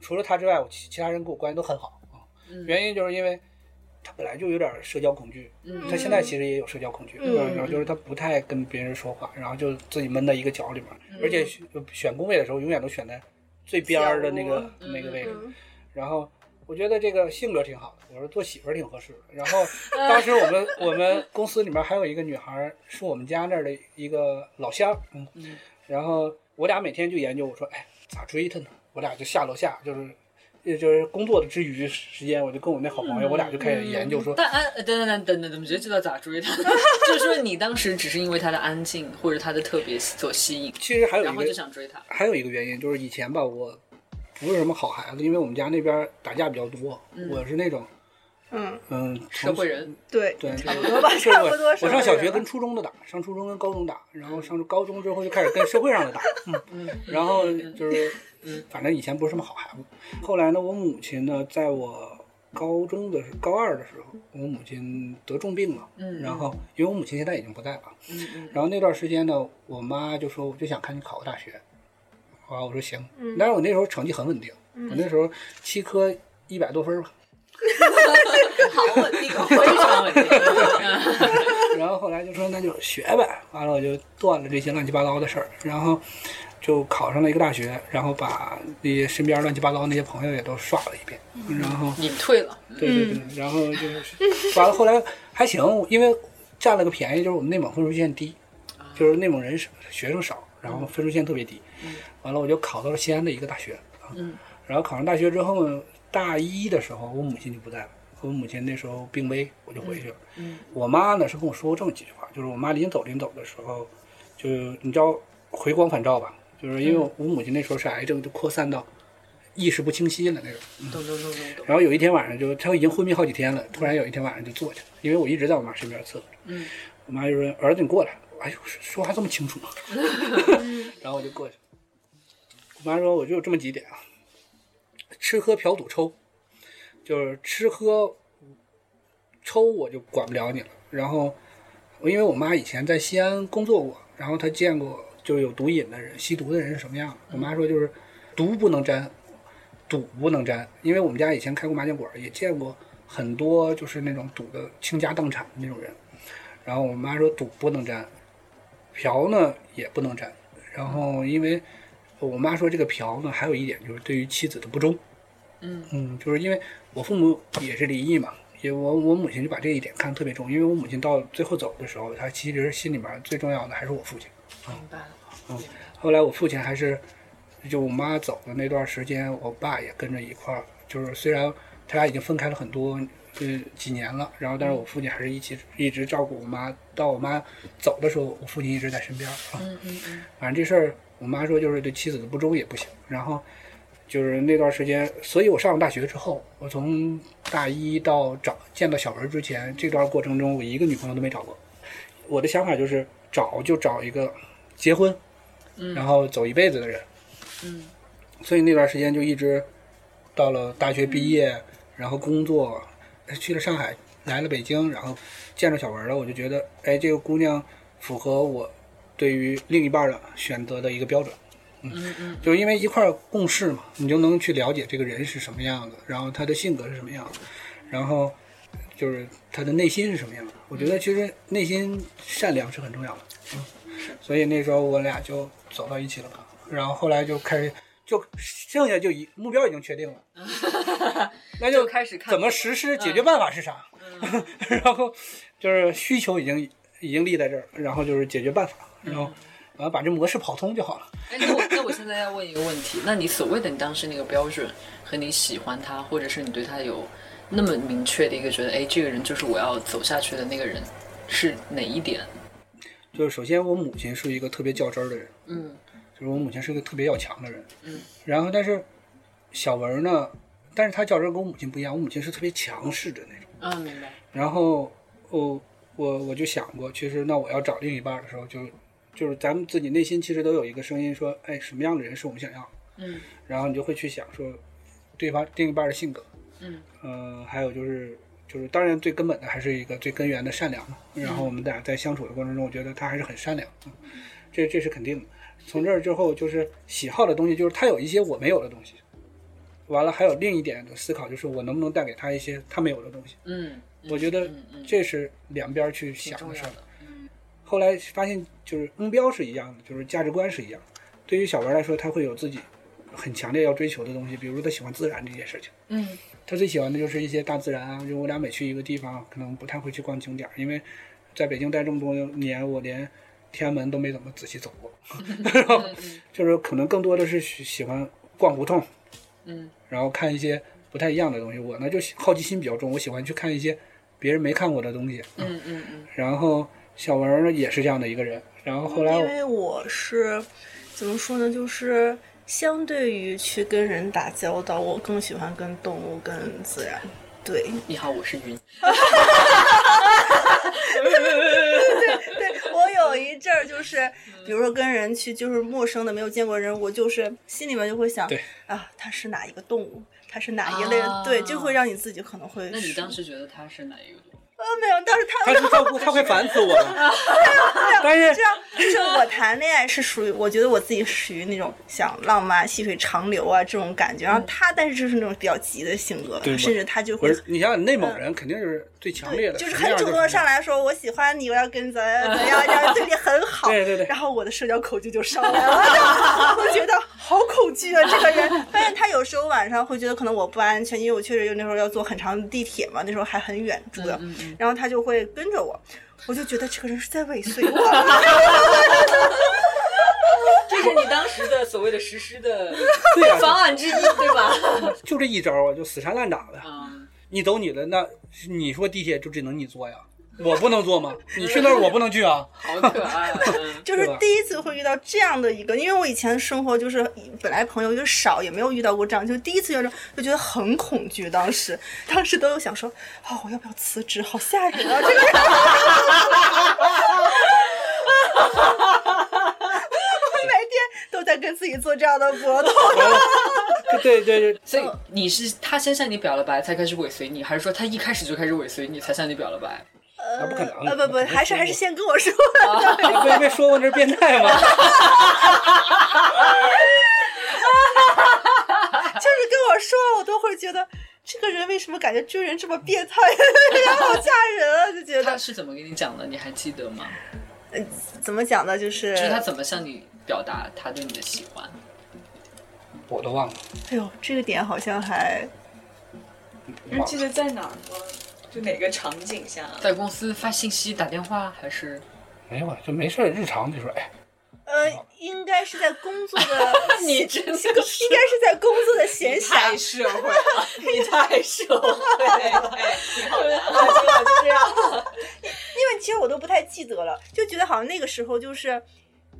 Speaker 2: 除了她之外，我其其他人跟我关系都很好啊。
Speaker 1: 嗯
Speaker 2: 原因就是因为她本来就有点社交恐惧，
Speaker 1: 嗯
Speaker 2: 她现在其实也有社交恐惧，
Speaker 3: 嗯
Speaker 2: 然后就是她不太跟别人说话，然后就自己闷在一个角里面，
Speaker 3: 嗯
Speaker 2: 而且选选工位的时候永远都选在最边儿的那个
Speaker 1: 角落
Speaker 2: 那个位置。
Speaker 3: 嗯
Speaker 2: 然后我觉得这个性格挺好的，我说做媳妇儿挺合适的。然 后当时我们 我们公司里面还有一个女孩儿，是我们家那儿的一个老乡，嗯，
Speaker 1: 嗯
Speaker 2: 然后我俩每天就研究，我说哎咋追她呢？我俩就下楼下就是。也就是工作的之余时间，我就跟我那好朋
Speaker 3: 嗯
Speaker 2: 友，我俩就开始研究说，
Speaker 1: 但安呃等等等等等，怎么觉得知道咋 追他？就是说你当时只是因为他的安静或者他的特别所吸引，
Speaker 2: 其实还有
Speaker 1: 然
Speaker 2: 一
Speaker 1: 后
Speaker 2: 个
Speaker 1: 就想追他。
Speaker 2: 还有一个原因就是以前吧，我不是什么好孩子，因为我们家那边打架比较多，我是那种
Speaker 3: 嗯，
Speaker 2: 嗯
Speaker 1: 社会 人，
Speaker 3: 对，
Speaker 2: 对，
Speaker 1: 差不
Speaker 3: 多吧
Speaker 2: 就是
Speaker 3: 差不多
Speaker 2: 我
Speaker 3: 是
Speaker 2: 我上
Speaker 3: 吧
Speaker 2: 小
Speaker 3: 这
Speaker 2: 学
Speaker 3: 个
Speaker 2: 跟初中的打，上初中跟高中打，然后上高中之后就开始跟社会上的打，嗯，然后就是，嗯反正以前不是什么好孩子。后来呢，我母亲呢，在我高中的时高二的时候，我母亲得重病了，
Speaker 1: 嗯
Speaker 2: 然后因为我母亲现在已经不在了，
Speaker 1: 嗯嗯
Speaker 2: 然后那段时间呢，我妈就说我就想看你考个大学，啊，我说行，但是我那时候成绩很稳定，我那时候七科一百多分儿吧，
Speaker 4: 好稳定，
Speaker 1: 非常稳定。嗯
Speaker 2: 然后后来就说那就学呗，完了我就断了这些乱七八糟的事儿，然后就考上了一个大学，然后把你身边乱七八糟那些朋友也都刷了一遍，然后
Speaker 1: 隐退了，
Speaker 2: 对对
Speaker 1: 嗯
Speaker 2: 对，然后就是完了后来还行，因为占了个便宜，就是我们内蒙分数线低，
Speaker 1: 啊
Speaker 2: 就是内蒙人少学生少，然
Speaker 1: 嗯
Speaker 2: 后分数线特别低，完了我就考到了西安的一个大学，啊
Speaker 1: 嗯，
Speaker 2: 然后考上大学之后呢，大一的时候我母亲就不在了。我母亲那时候病危，我就回去了。
Speaker 1: 嗯
Speaker 2: 我妈呢是跟我说过这么几句话，就是我妈临走临走的时候，就你知道回光返照吧，就是因为
Speaker 1: 嗯
Speaker 2: 我母亲那时候是癌症，就扩散到意识不清晰了那种。
Speaker 1: 懂懂懂懂懂。
Speaker 2: 然后有一天晚上就，他已经昏迷好几天了，突然有一天晚上就坐下，因为我一直在我妈身边伺候着。
Speaker 1: 嗯，
Speaker 2: 我妈就说：“儿子，你过来。”哎呦，说话这么清楚吗？ 然后我就过去。我妈说：“我就有这么几点啊，吃喝嫖赌抽，就是吃喝抽我就管不了你了。然后，因为我妈以前在西安工作过，然后她见过就有毒瘾的人、吸毒的人是什么样的。我妈说就是毒不能沾，赌不能沾，因为我们家以前开过麻将馆，也见过很多就是那种赌的倾家荡产的那种人。然后我妈说赌不能沾，嫖呢也不能沾。然后因为我妈说这个嫖呢，还有一点就是对于妻子的不忠。
Speaker 1: 嗯
Speaker 2: 嗯，就是因为我父母也是离异嘛，也我我母亲就把这一点看得特别重，因为我母亲到最后走的时候，她其实心里面最重要的还是我父亲。嗯
Speaker 1: 明白了。
Speaker 2: 后来我父亲还是，就我妈走的那段时间，我爸也跟着一块儿就是虽然他俩已经分开了很多呃几年了，然后但
Speaker 1: 嗯
Speaker 2: 是我父亲还是一起一直照顾我妈，到我妈走的时候，我父亲一直在身边啊。
Speaker 1: 嗯嗯嗯，
Speaker 2: 反正这事儿，我妈说就是对妻子的不忠也不行。然后就是那段时间，所以我上了大学之后，我从大一到找见到小文之前，这段过程中我一个女朋友都没找过。我的想法就是找就找一个结婚，然后走一辈子的人。
Speaker 1: 嗯，
Speaker 2: 所以那段时间就一直到了大学毕业，
Speaker 1: 嗯
Speaker 2: 然后工作，去了上海，来了北京，然后见着小文了，我就觉得，哎，这个姑娘符合我对于另一半的选择的一个标准。
Speaker 1: 嗯嗯
Speaker 2: 就因为一块儿共事嘛，你就能去了解这个人是什么样子，然后他的性格是什么样子，然后就是他的内心是什么样子。我觉得其实内心善良是很重要的，嗯，所以那时候我俩就走到一起了嘛，然后后来就开始就剩下就一目标已经确定了，那
Speaker 1: 就开始看嗯
Speaker 2: 怎么实施，解决办法是啥， 然后就是需求已经已经立在这儿，然后就是解决办法，然
Speaker 1: 嗯
Speaker 2: 后然后把这模式跑通就好了。
Speaker 1: 哎，那我那我现在要问一个问题，那你所谓的你当时那个标准和你喜欢他，或者是你对他有那么明确的一个觉得，哎，这个人就是我要走下去的那个人，是哪一点？
Speaker 2: 就是首先，我母亲是一个特别较真儿的人，
Speaker 1: 嗯
Speaker 2: 就是我母亲是一个特别要强的人。
Speaker 1: 嗯。
Speaker 2: 然后，但是小文儿呢，但是她较真儿跟我母亲不一样，我母亲是特别强势的那种。
Speaker 1: 啊，明白。
Speaker 2: 然后，我我我就想过，其实那我要找另一半儿的时候就，就是咱们自己内心其实都有一个声音说，哎，什么样的人是我们想要的？
Speaker 1: 嗯
Speaker 2: 然后你就会去想说，对方另一半儿的性格，
Speaker 1: 嗯
Speaker 2: 呃，还有就是就是，当然最根本的还是一个最根源的善良嘛。然后我们俩在相处的过程中，我觉得他还是很善良，嗯、这这是肯定的。从这儿之后，就是喜好的东西，就是他有一些我没有的东西。完了，还有另一点的思考，就是我能不能带给他一些他没有的东西。
Speaker 1: 嗯，嗯
Speaker 2: 我觉得
Speaker 1: 嗯嗯
Speaker 2: 这是两边儿去
Speaker 1: 挺
Speaker 2: 想
Speaker 1: 重
Speaker 2: 的
Speaker 1: 要
Speaker 2: 事儿。
Speaker 1: 的。
Speaker 2: 后来发现，就是目标是一样的，就是价值观是一样的。对于小文来说，他会有自己很强烈要追求的东西，比如说他喜欢自然这件事情。
Speaker 1: 嗯
Speaker 2: 他最喜欢的就是一些大自然啊，就我俩每去一个地方，可能不太会去逛景点儿，因为在北京待这么多年，我连天安门都没怎么仔细走 过，然后就是可能更多的是喜喜欢逛胡同，
Speaker 1: 嗯
Speaker 2: 然后看一些不太一样的东西。我呢就喜好奇心比较重，我喜欢去看一些别人没看过的东西。
Speaker 1: 嗯嗯嗯
Speaker 2: 然后小文儿呢也是这样的一个人，然后后来
Speaker 3: 因
Speaker 2: 我
Speaker 3: 为我是怎么说呢，就是相对于去跟人打交道，我更喜欢跟动物、跟自然。对，
Speaker 1: 你好，我是云。
Speaker 3: 对我有一阵儿就是，比如说跟人去，就是陌生的没有见过人，我就是心里面就会想
Speaker 2: 对，
Speaker 3: 啊，它是哪一个动物，它是哪一类的，对，就会让你自己可能会。
Speaker 1: 啊那你当时觉得他是哪一个？
Speaker 3: 呃没有，当时他
Speaker 2: 他是照顾，他会烦死我 了。但
Speaker 3: 这
Speaker 2: 是
Speaker 3: 样，啊就是我谈恋爱是属于，我觉得我自己属于那种想浪漫、细水长流啊这种感觉。然后他，但是就是那种比较急的性格，
Speaker 2: 嗯对
Speaker 3: 甚至他就
Speaker 2: 不
Speaker 3: 会
Speaker 2: 是你想想内蒙人肯定是最强烈的，
Speaker 3: 就是
Speaker 2: 什么
Speaker 3: 很
Speaker 2: 样
Speaker 3: 主
Speaker 2: 就
Speaker 3: 动地
Speaker 2: 是
Speaker 3: 上来说我喜欢你，我要跟你怎样 怎样，然后对你很好。
Speaker 2: 对对对
Speaker 3: 然后我的社交恐惧就上来了， 我觉得好恐惧啊，这个人。但是他有时候晚上会觉得可能我不安全，因为我确实有那时候要坐很长的地铁嘛，那时候还很远住
Speaker 2: 嗯
Speaker 3: 的，然后他就会跟着我。我就觉得这个人是在尾随我，
Speaker 1: 这是你当时的所谓的实施 的啊
Speaker 2: 对呀、
Speaker 1: 方案之一，对吧？
Speaker 2: 就这一招啊，就死缠烂打的。
Speaker 1: 嗯，
Speaker 2: 你走你的，那你说地铁就只能你坐呀，我不能坐吗？你去那儿我不能去 啊。
Speaker 1: 好可爱 啊。嗯
Speaker 3: 就是
Speaker 2: 对吧
Speaker 3: 第一次会遇到这样的一个，因为我以前生活就是本来朋友就少，也没有遇到过这样，就第一次遇到这种，就觉得很恐惧。当时，当时都有想说，哦，我要不要辞职？好吓人啊！这个人每天都在跟自己做这样的搏斗。
Speaker 2: 对对对，
Speaker 1: 所以你是他先向你表了白，才开始尾随你，还是说他一开始就开始尾随你，才向你表了白？
Speaker 2: 那不可啊能。
Speaker 3: 呃，不不，还是还是先跟我说。
Speaker 2: 不是被说过这是变态吗？
Speaker 3: 就是跟我说，我都会觉得这个人为什么感觉追人这么变态，然 后好吓人啊，就觉
Speaker 1: 他
Speaker 3: 得
Speaker 1: 是怎么跟你讲的？你还记得吗？
Speaker 3: 怎么讲呢？就是
Speaker 1: 就是他怎么向你表达他对你的喜欢？
Speaker 2: 我都忘了，
Speaker 3: 哎呦，这个点好像还
Speaker 4: 你记得在哪儿吗？就哪个场景下？
Speaker 1: 在公司发信息、打电话，还是
Speaker 2: 没有啊，就没事儿，日常就说哎，
Speaker 3: 呃，应该是在工作的
Speaker 1: 你真的
Speaker 3: 应该是在工作的闲下
Speaker 4: 太。社会了， 你太社会了，哎，挺好的，就这样。
Speaker 3: 因为其实我都不太记得了，就觉得好像那个时候就是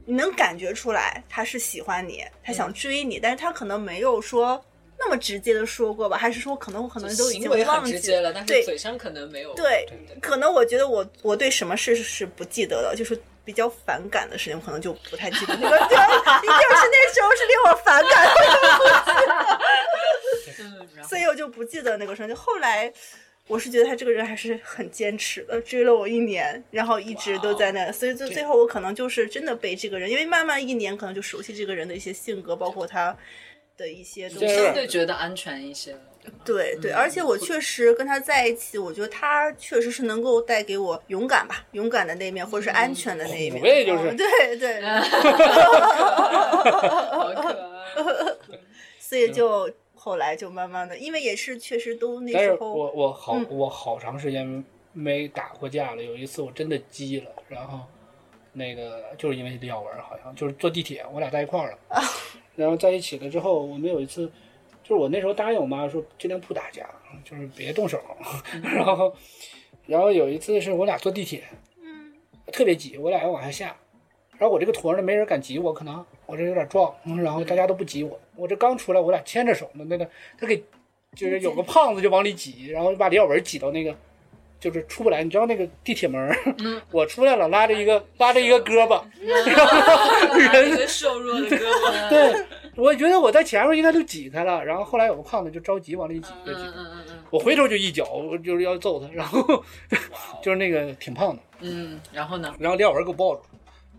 Speaker 3: 你能感觉出来他是喜欢你，他
Speaker 1: 嗯
Speaker 3: 想追你，但是他可能没有说那么直接的说过吧，还是说可能我可能都已
Speaker 1: 行
Speaker 3: 经
Speaker 1: 为
Speaker 3: 忘
Speaker 1: 很
Speaker 3: 记
Speaker 1: 直接了，但是
Speaker 3: 对
Speaker 1: 嘴上可能没有。
Speaker 3: 对
Speaker 1: 对对，
Speaker 3: 可能我觉得我我对什么事是不记得的，就是比较反感的事情，我可能就不太记得。那个对，一定是那时候是令我反感的，
Speaker 1: 嗯，然后
Speaker 3: 所以我就不记得那个事情。就后来。我是觉得他这个人还是很坚持的，追了我一年，然后一直都在
Speaker 2: 哦
Speaker 3: 那，所以最最后我可能就是真的被这个人，因为慢慢一年可能就熟悉这个人的一些性格，包括他的一些东
Speaker 1: 就
Speaker 3: 西。
Speaker 1: 相对觉得安全一些了。
Speaker 3: 对对，
Speaker 1: 嗯
Speaker 3: 而且我确实跟他在一起，我觉得他确实是能够带给我勇敢吧，勇敢的那一面，或者是安全的那一面。
Speaker 2: 嗯对就是
Speaker 3: 嗯对对，
Speaker 1: 好可爱。
Speaker 3: 所以就后来就慢慢的，因为也是确实都那
Speaker 2: 但是
Speaker 3: 时
Speaker 2: 我
Speaker 3: 候，
Speaker 2: 我好、
Speaker 3: 嗯
Speaker 2: 我好长时间没打过架了。有一次我真的急了，然后那个就是因为廖文，好像就是坐地铁，我俩在一块儿了，
Speaker 3: 啊
Speaker 2: 然后在一起了之后，我们有一次。就是我那时候答应我妈说尽量不打架，就是别动手。
Speaker 3: 嗯
Speaker 2: 然后，然后有一次是我俩坐地铁，
Speaker 3: 嗯
Speaker 2: 特别挤，我俩要往下下，然后我这个坨呢没人敢挤我，可能我这有点壮，嗯然后大家都不挤我，我这刚出来，我俩牵着手呢，那个他给就是有个胖子就往里挤，然后就把李小文挤到那个。就是出不来，你知道那个地铁门儿，
Speaker 1: 嗯
Speaker 2: 我出来了，拉着一个拉着一个胳膊，
Speaker 4: 一个瘦弱的哥
Speaker 1: 嗯
Speaker 4: 们，
Speaker 2: 对，我觉得我在前面应该都挤开了，然后后来有个胖子就着急往里挤，就挤
Speaker 1: 嗯嗯嗯
Speaker 2: 我回头就一脚，我就是要揍他，然后 就是那个挺胖的，
Speaker 1: 嗯，然后呢？
Speaker 2: 然后廖文给我抱住，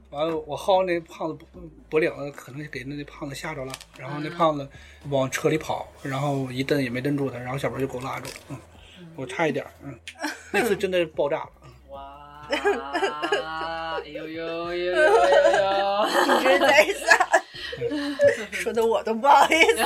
Speaker 2: 完了我薅那胖子脖脖领子，可能给那胖子吓着了，然后那胖子往车里跑，然后我一蹬也没蹬住他，然后小文就给我拉住，嗯，我差一点儿，嗯，那次真的爆炸了，嗯
Speaker 1: 哇，哎呦呦呦呦呦！
Speaker 3: 一直在一下， 说的我都不好意 思。
Speaker 2: 对，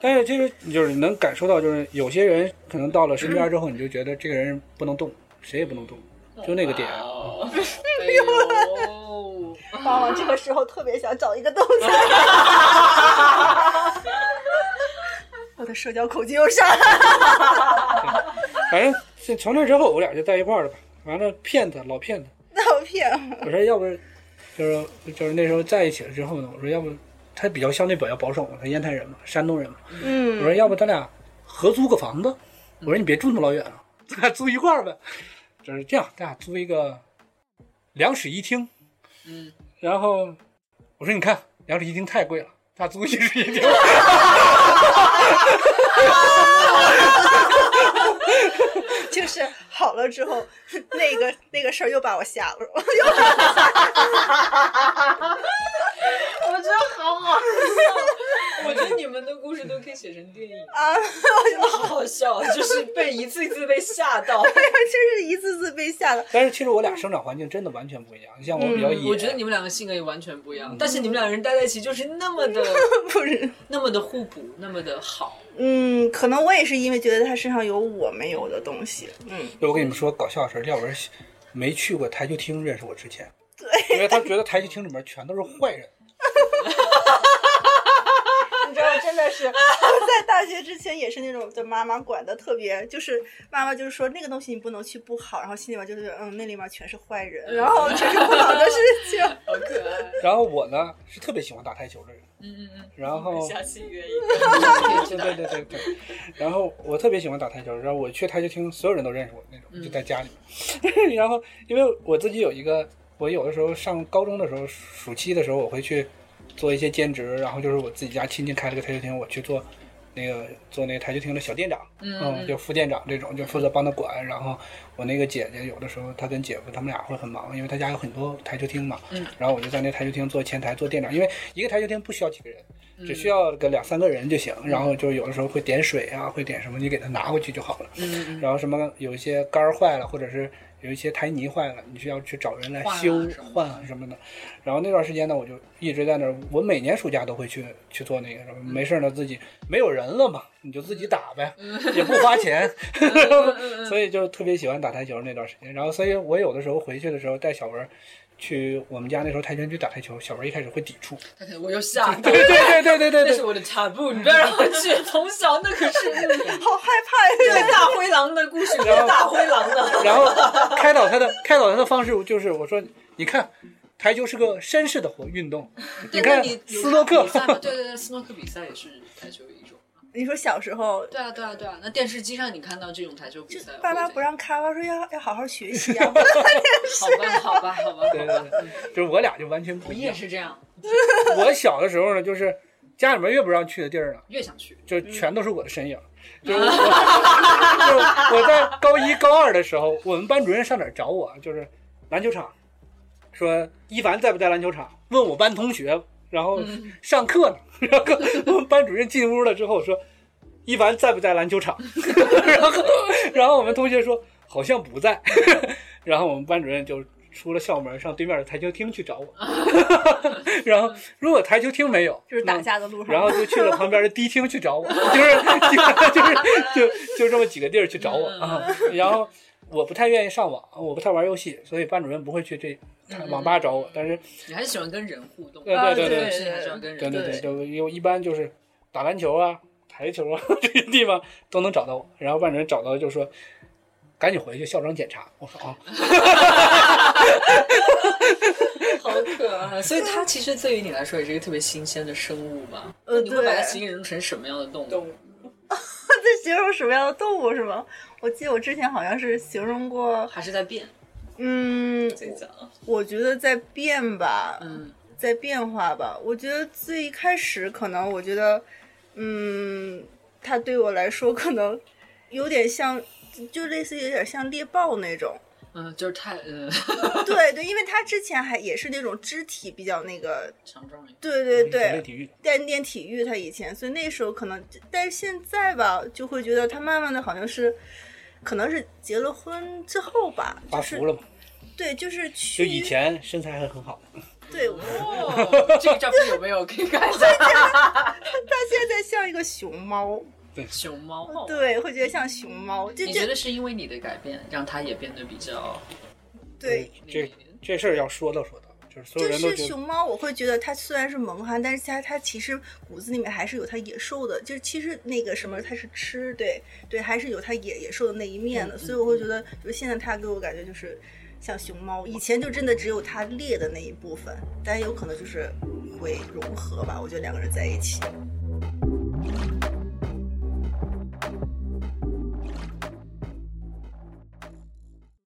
Speaker 2: 但是其实你就是能感受到，就是有些人可能到了身边之后，你就觉得这个人不能动，谁也不能动，就那个点，
Speaker 1: 哦哎呦，
Speaker 3: 往往这个时候特别想找一个东 西。我的社交口径又上来了。
Speaker 2: 反正是从那之后我俩就在一块儿了吧，完了骗他，老骗他。
Speaker 3: 那我骗了
Speaker 2: 我说要不，就是就是那时候在一起了之后呢，我说要不他比较相对比较保守嘛，他烟台人嘛，山东人嘛，我
Speaker 3: 嗯，
Speaker 2: 说要不咱俩合租个房子，我说你别住那么老远啊，咱俩租一块儿呗，就是这样，咱俩租一个两室一厅，
Speaker 1: 嗯，
Speaker 2: 然后我说你看两室一厅太贵了，咱俩租一室一厅，
Speaker 3: 就是好了之后，那个那个事儿又把我吓了。
Speaker 4: 我觉得好好
Speaker 1: 我觉得你们的故事都可以写成电影，
Speaker 3: 啊，
Speaker 1: 真的好好笑，
Speaker 4: 啊
Speaker 1: 就是被一次一次被吓到。
Speaker 3: 真是一次次被吓了。
Speaker 2: 但是其实我俩生长环境真的完全不一样，像我比较野，
Speaker 1: 嗯我觉得你们两个性格也完全不一样，但是你们两个人待在一起就是那么的、
Speaker 3: 不是，
Speaker 1: 那么的互补，那么的好。
Speaker 3: 嗯，可能我也是因为觉得他身上有我没有的东西。嗯，
Speaker 2: 就我跟你们说搞笑的事儿，廖文没去过台球厅认识我之前，因为他觉得台球厅里面全都是坏人。
Speaker 3: 你知道，真的是我在大学之前也是那种，就妈妈管的特别，就是妈妈就是说那个东西你不能去不好，然后心里面就是嗯，那里面全是坏人，然后全是不好的事情。
Speaker 1: 好可爱，
Speaker 2: 然后我呢是特别喜欢打台球的人，
Speaker 1: 嗯嗯
Speaker 2: 然后
Speaker 4: 下次约一
Speaker 2: 对
Speaker 4: 个，
Speaker 2: 对对对对，然后我特别喜欢打台球，然后我去台球厅，所有人都认识我那种，就在家里面。 然后因为我自己有一个，我有的时候上高中的时候，暑期的时候我会去做一些兼职，然后就是我自己家亲戚开了个台球厅，我去做那个做那个台球厅的小店长，
Speaker 1: 嗯
Speaker 2: 嗯，就副店长这种，就负责帮他管。然后我那个姐姐有的时候她跟姐夫他们俩会很忙，因为他家有很多台球厅嘛，
Speaker 1: 嗯，
Speaker 2: 然后我就在那台球厅做前台做店长，因为一个台球厅不需要几个人，
Speaker 1: 嗯
Speaker 2: 只需要个两三个人就行。然后就有的时候会点水啊，会点什么，你给他拿回去就好了。
Speaker 1: 嗯
Speaker 2: 然后什么有一些杆儿坏了，或者是有一些台泥坏了，你需要去找人来
Speaker 1: 换啊
Speaker 2: 修
Speaker 1: 什么的
Speaker 2: 换啊什么的。然后那段时间呢，我就一直在那儿，我每年暑假都会去去做那个什么，没事儿呢自己没有人了嘛，你就自己打呗，也不花钱，所以就特别喜欢打台球那段时间。然后所以我有的时候回去的时候带小文儿。去我们家那时候跆拳区打台球，小文一开始会抵触，
Speaker 1: 但是我又吓到
Speaker 2: 对对对对对对
Speaker 1: 那
Speaker 2: 对
Speaker 1: 是，我的 taboo，你不要让我去。从小那可是
Speaker 3: 好害怕呀！
Speaker 1: 对大灰狼的故事，
Speaker 2: 然后
Speaker 1: 大灰狼的。
Speaker 2: 然后开导他的开导他的方式就是我说，你看，台球是个绅士的活运动，
Speaker 1: 对，那
Speaker 2: 看
Speaker 1: 你有
Speaker 2: 斯诺克
Speaker 1: 比赛吗对对对，斯诺克比赛也是台球的一种。
Speaker 3: 你说小时候，
Speaker 1: 对啊对啊对啊，那电视机上你看到这种台球比赛，
Speaker 3: 爸妈不
Speaker 1: 让。
Speaker 3: 让看，爸妈说要要好好学
Speaker 1: 嗯
Speaker 3: 习啊。
Speaker 1: 好吧好吧好吧
Speaker 2: 对
Speaker 1: 好
Speaker 2: 对
Speaker 1: 吧，
Speaker 2: 对，就是我俩就完全不
Speaker 1: 我
Speaker 2: 一
Speaker 1: 也
Speaker 2: 样。
Speaker 1: 是这样，
Speaker 2: 我小的时候呢，就是家里面越不让去的地儿呢，
Speaker 1: 越想去。
Speaker 2: 就全都是我的身 影。就是我， 就是我在高一高二的时候，我们班主任上哪儿找我啊？就是篮球场，说一凡在不在篮球场？问我班同学，然后
Speaker 3: 嗯
Speaker 2: 上课呢。 然后我们班主任进屋了之后说，一凡在不在篮球场？ 然后，然后我们同学说好像不在。 然后我们班主任就出了校门，上对面的台球厅去找我。 然后如果台球厅没有，
Speaker 3: 就是打
Speaker 2: 那
Speaker 3: 架的 路上，
Speaker 2: 然后就去了旁边的迪厅去找我，就是 就是就是就就这么几个地儿去找
Speaker 3: 嗯
Speaker 2: 我啊。然后我不太愿意上网，我不太玩游戏，所以班主任不会去这
Speaker 3: 嗯
Speaker 2: 网吧找我。但是
Speaker 1: 你还是喜欢跟人互动，
Speaker 2: 对对对
Speaker 1: 对
Speaker 2: 对
Speaker 1: 是还是喜欢跟
Speaker 3: 嗯
Speaker 1: 人。
Speaker 2: 对对对，就因为一般就是打篮球啊、 台球啊这些地方都能找到我。然后班主任找到就说。赶紧回去，校长检查。我说啊，
Speaker 1: 好可爱。所以它其实对于你来说也是一个特别新鲜的生物吧？
Speaker 3: 呃
Speaker 1: 你会把它
Speaker 3: 对
Speaker 1: 形容成什么样的动物？
Speaker 2: 物
Speaker 3: 在形容什么样的动物是吗？我记得我之前好像是形容过，
Speaker 1: 还是在变？
Speaker 3: 嗯，
Speaker 1: 这讲，
Speaker 3: 我觉得在变吧，
Speaker 1: 嗯
Speaker 3: 在变化吧。我觉得最一开始可能，我觉得，嗯，它对我来说可能有点像，就类似于有点像猎豹那 种。
Speaker 1: 嗯，就是太嗯，
Speaker 3: 对对，因为它之前还也是那种肢体比较那个，
Speaker 1: 强壮一点。
Speaker 3: 对对
Speaker 2: 体育
Speaker 3: 对，
Speaker 2: 体育，
Speaker 3: 练练体育，他以前，所以那时候可能，但是现在吧，就会觉得他慢慢的好像是，可能是结了婚之后吧，
Speaker 2: 发
Speaker 3: 就是
Speaker 2: 福了嘛？
Speaker 3: 对，就是
Speaker 2: 就
Speaker 3: 去
Speaker 2: 以前身材还很好，
Speaker 3: 对，我
Speaker 1: 哦，这个照片有没有可以看一下？
Speaker 3: 他现在像一个熊猫，
Speaker 1: 熊猫。。
Speaker 3: 对，会觉得像熊猫，就
Speaker 1: 你觉
Speaker 3: 这
Speaker 1: 得是因为你的改变，让它也变得比较
Speaker 3: 对。
Speaker 2: 这这事儿要说道说道，就是所有
Speaker 3: 就
Speaker 2: 人都
Speaker 3: 是
Speaker 2: 觉得
Speaker 3: 熊猫，我会觉得它虽然是萌憨，但是它它其实骨子里面还是有它野兽的，就是其实那个什么它是吃，对对，还是有它野野兽的那一面
Speaker 2: 嗯
Speaker 3: 的，所以我会觉得，就现在它给我感觉就是像熊猫，以前就真的只有它猎的那一部分，但有可能就是会融合吧，我觉得两个人在一起，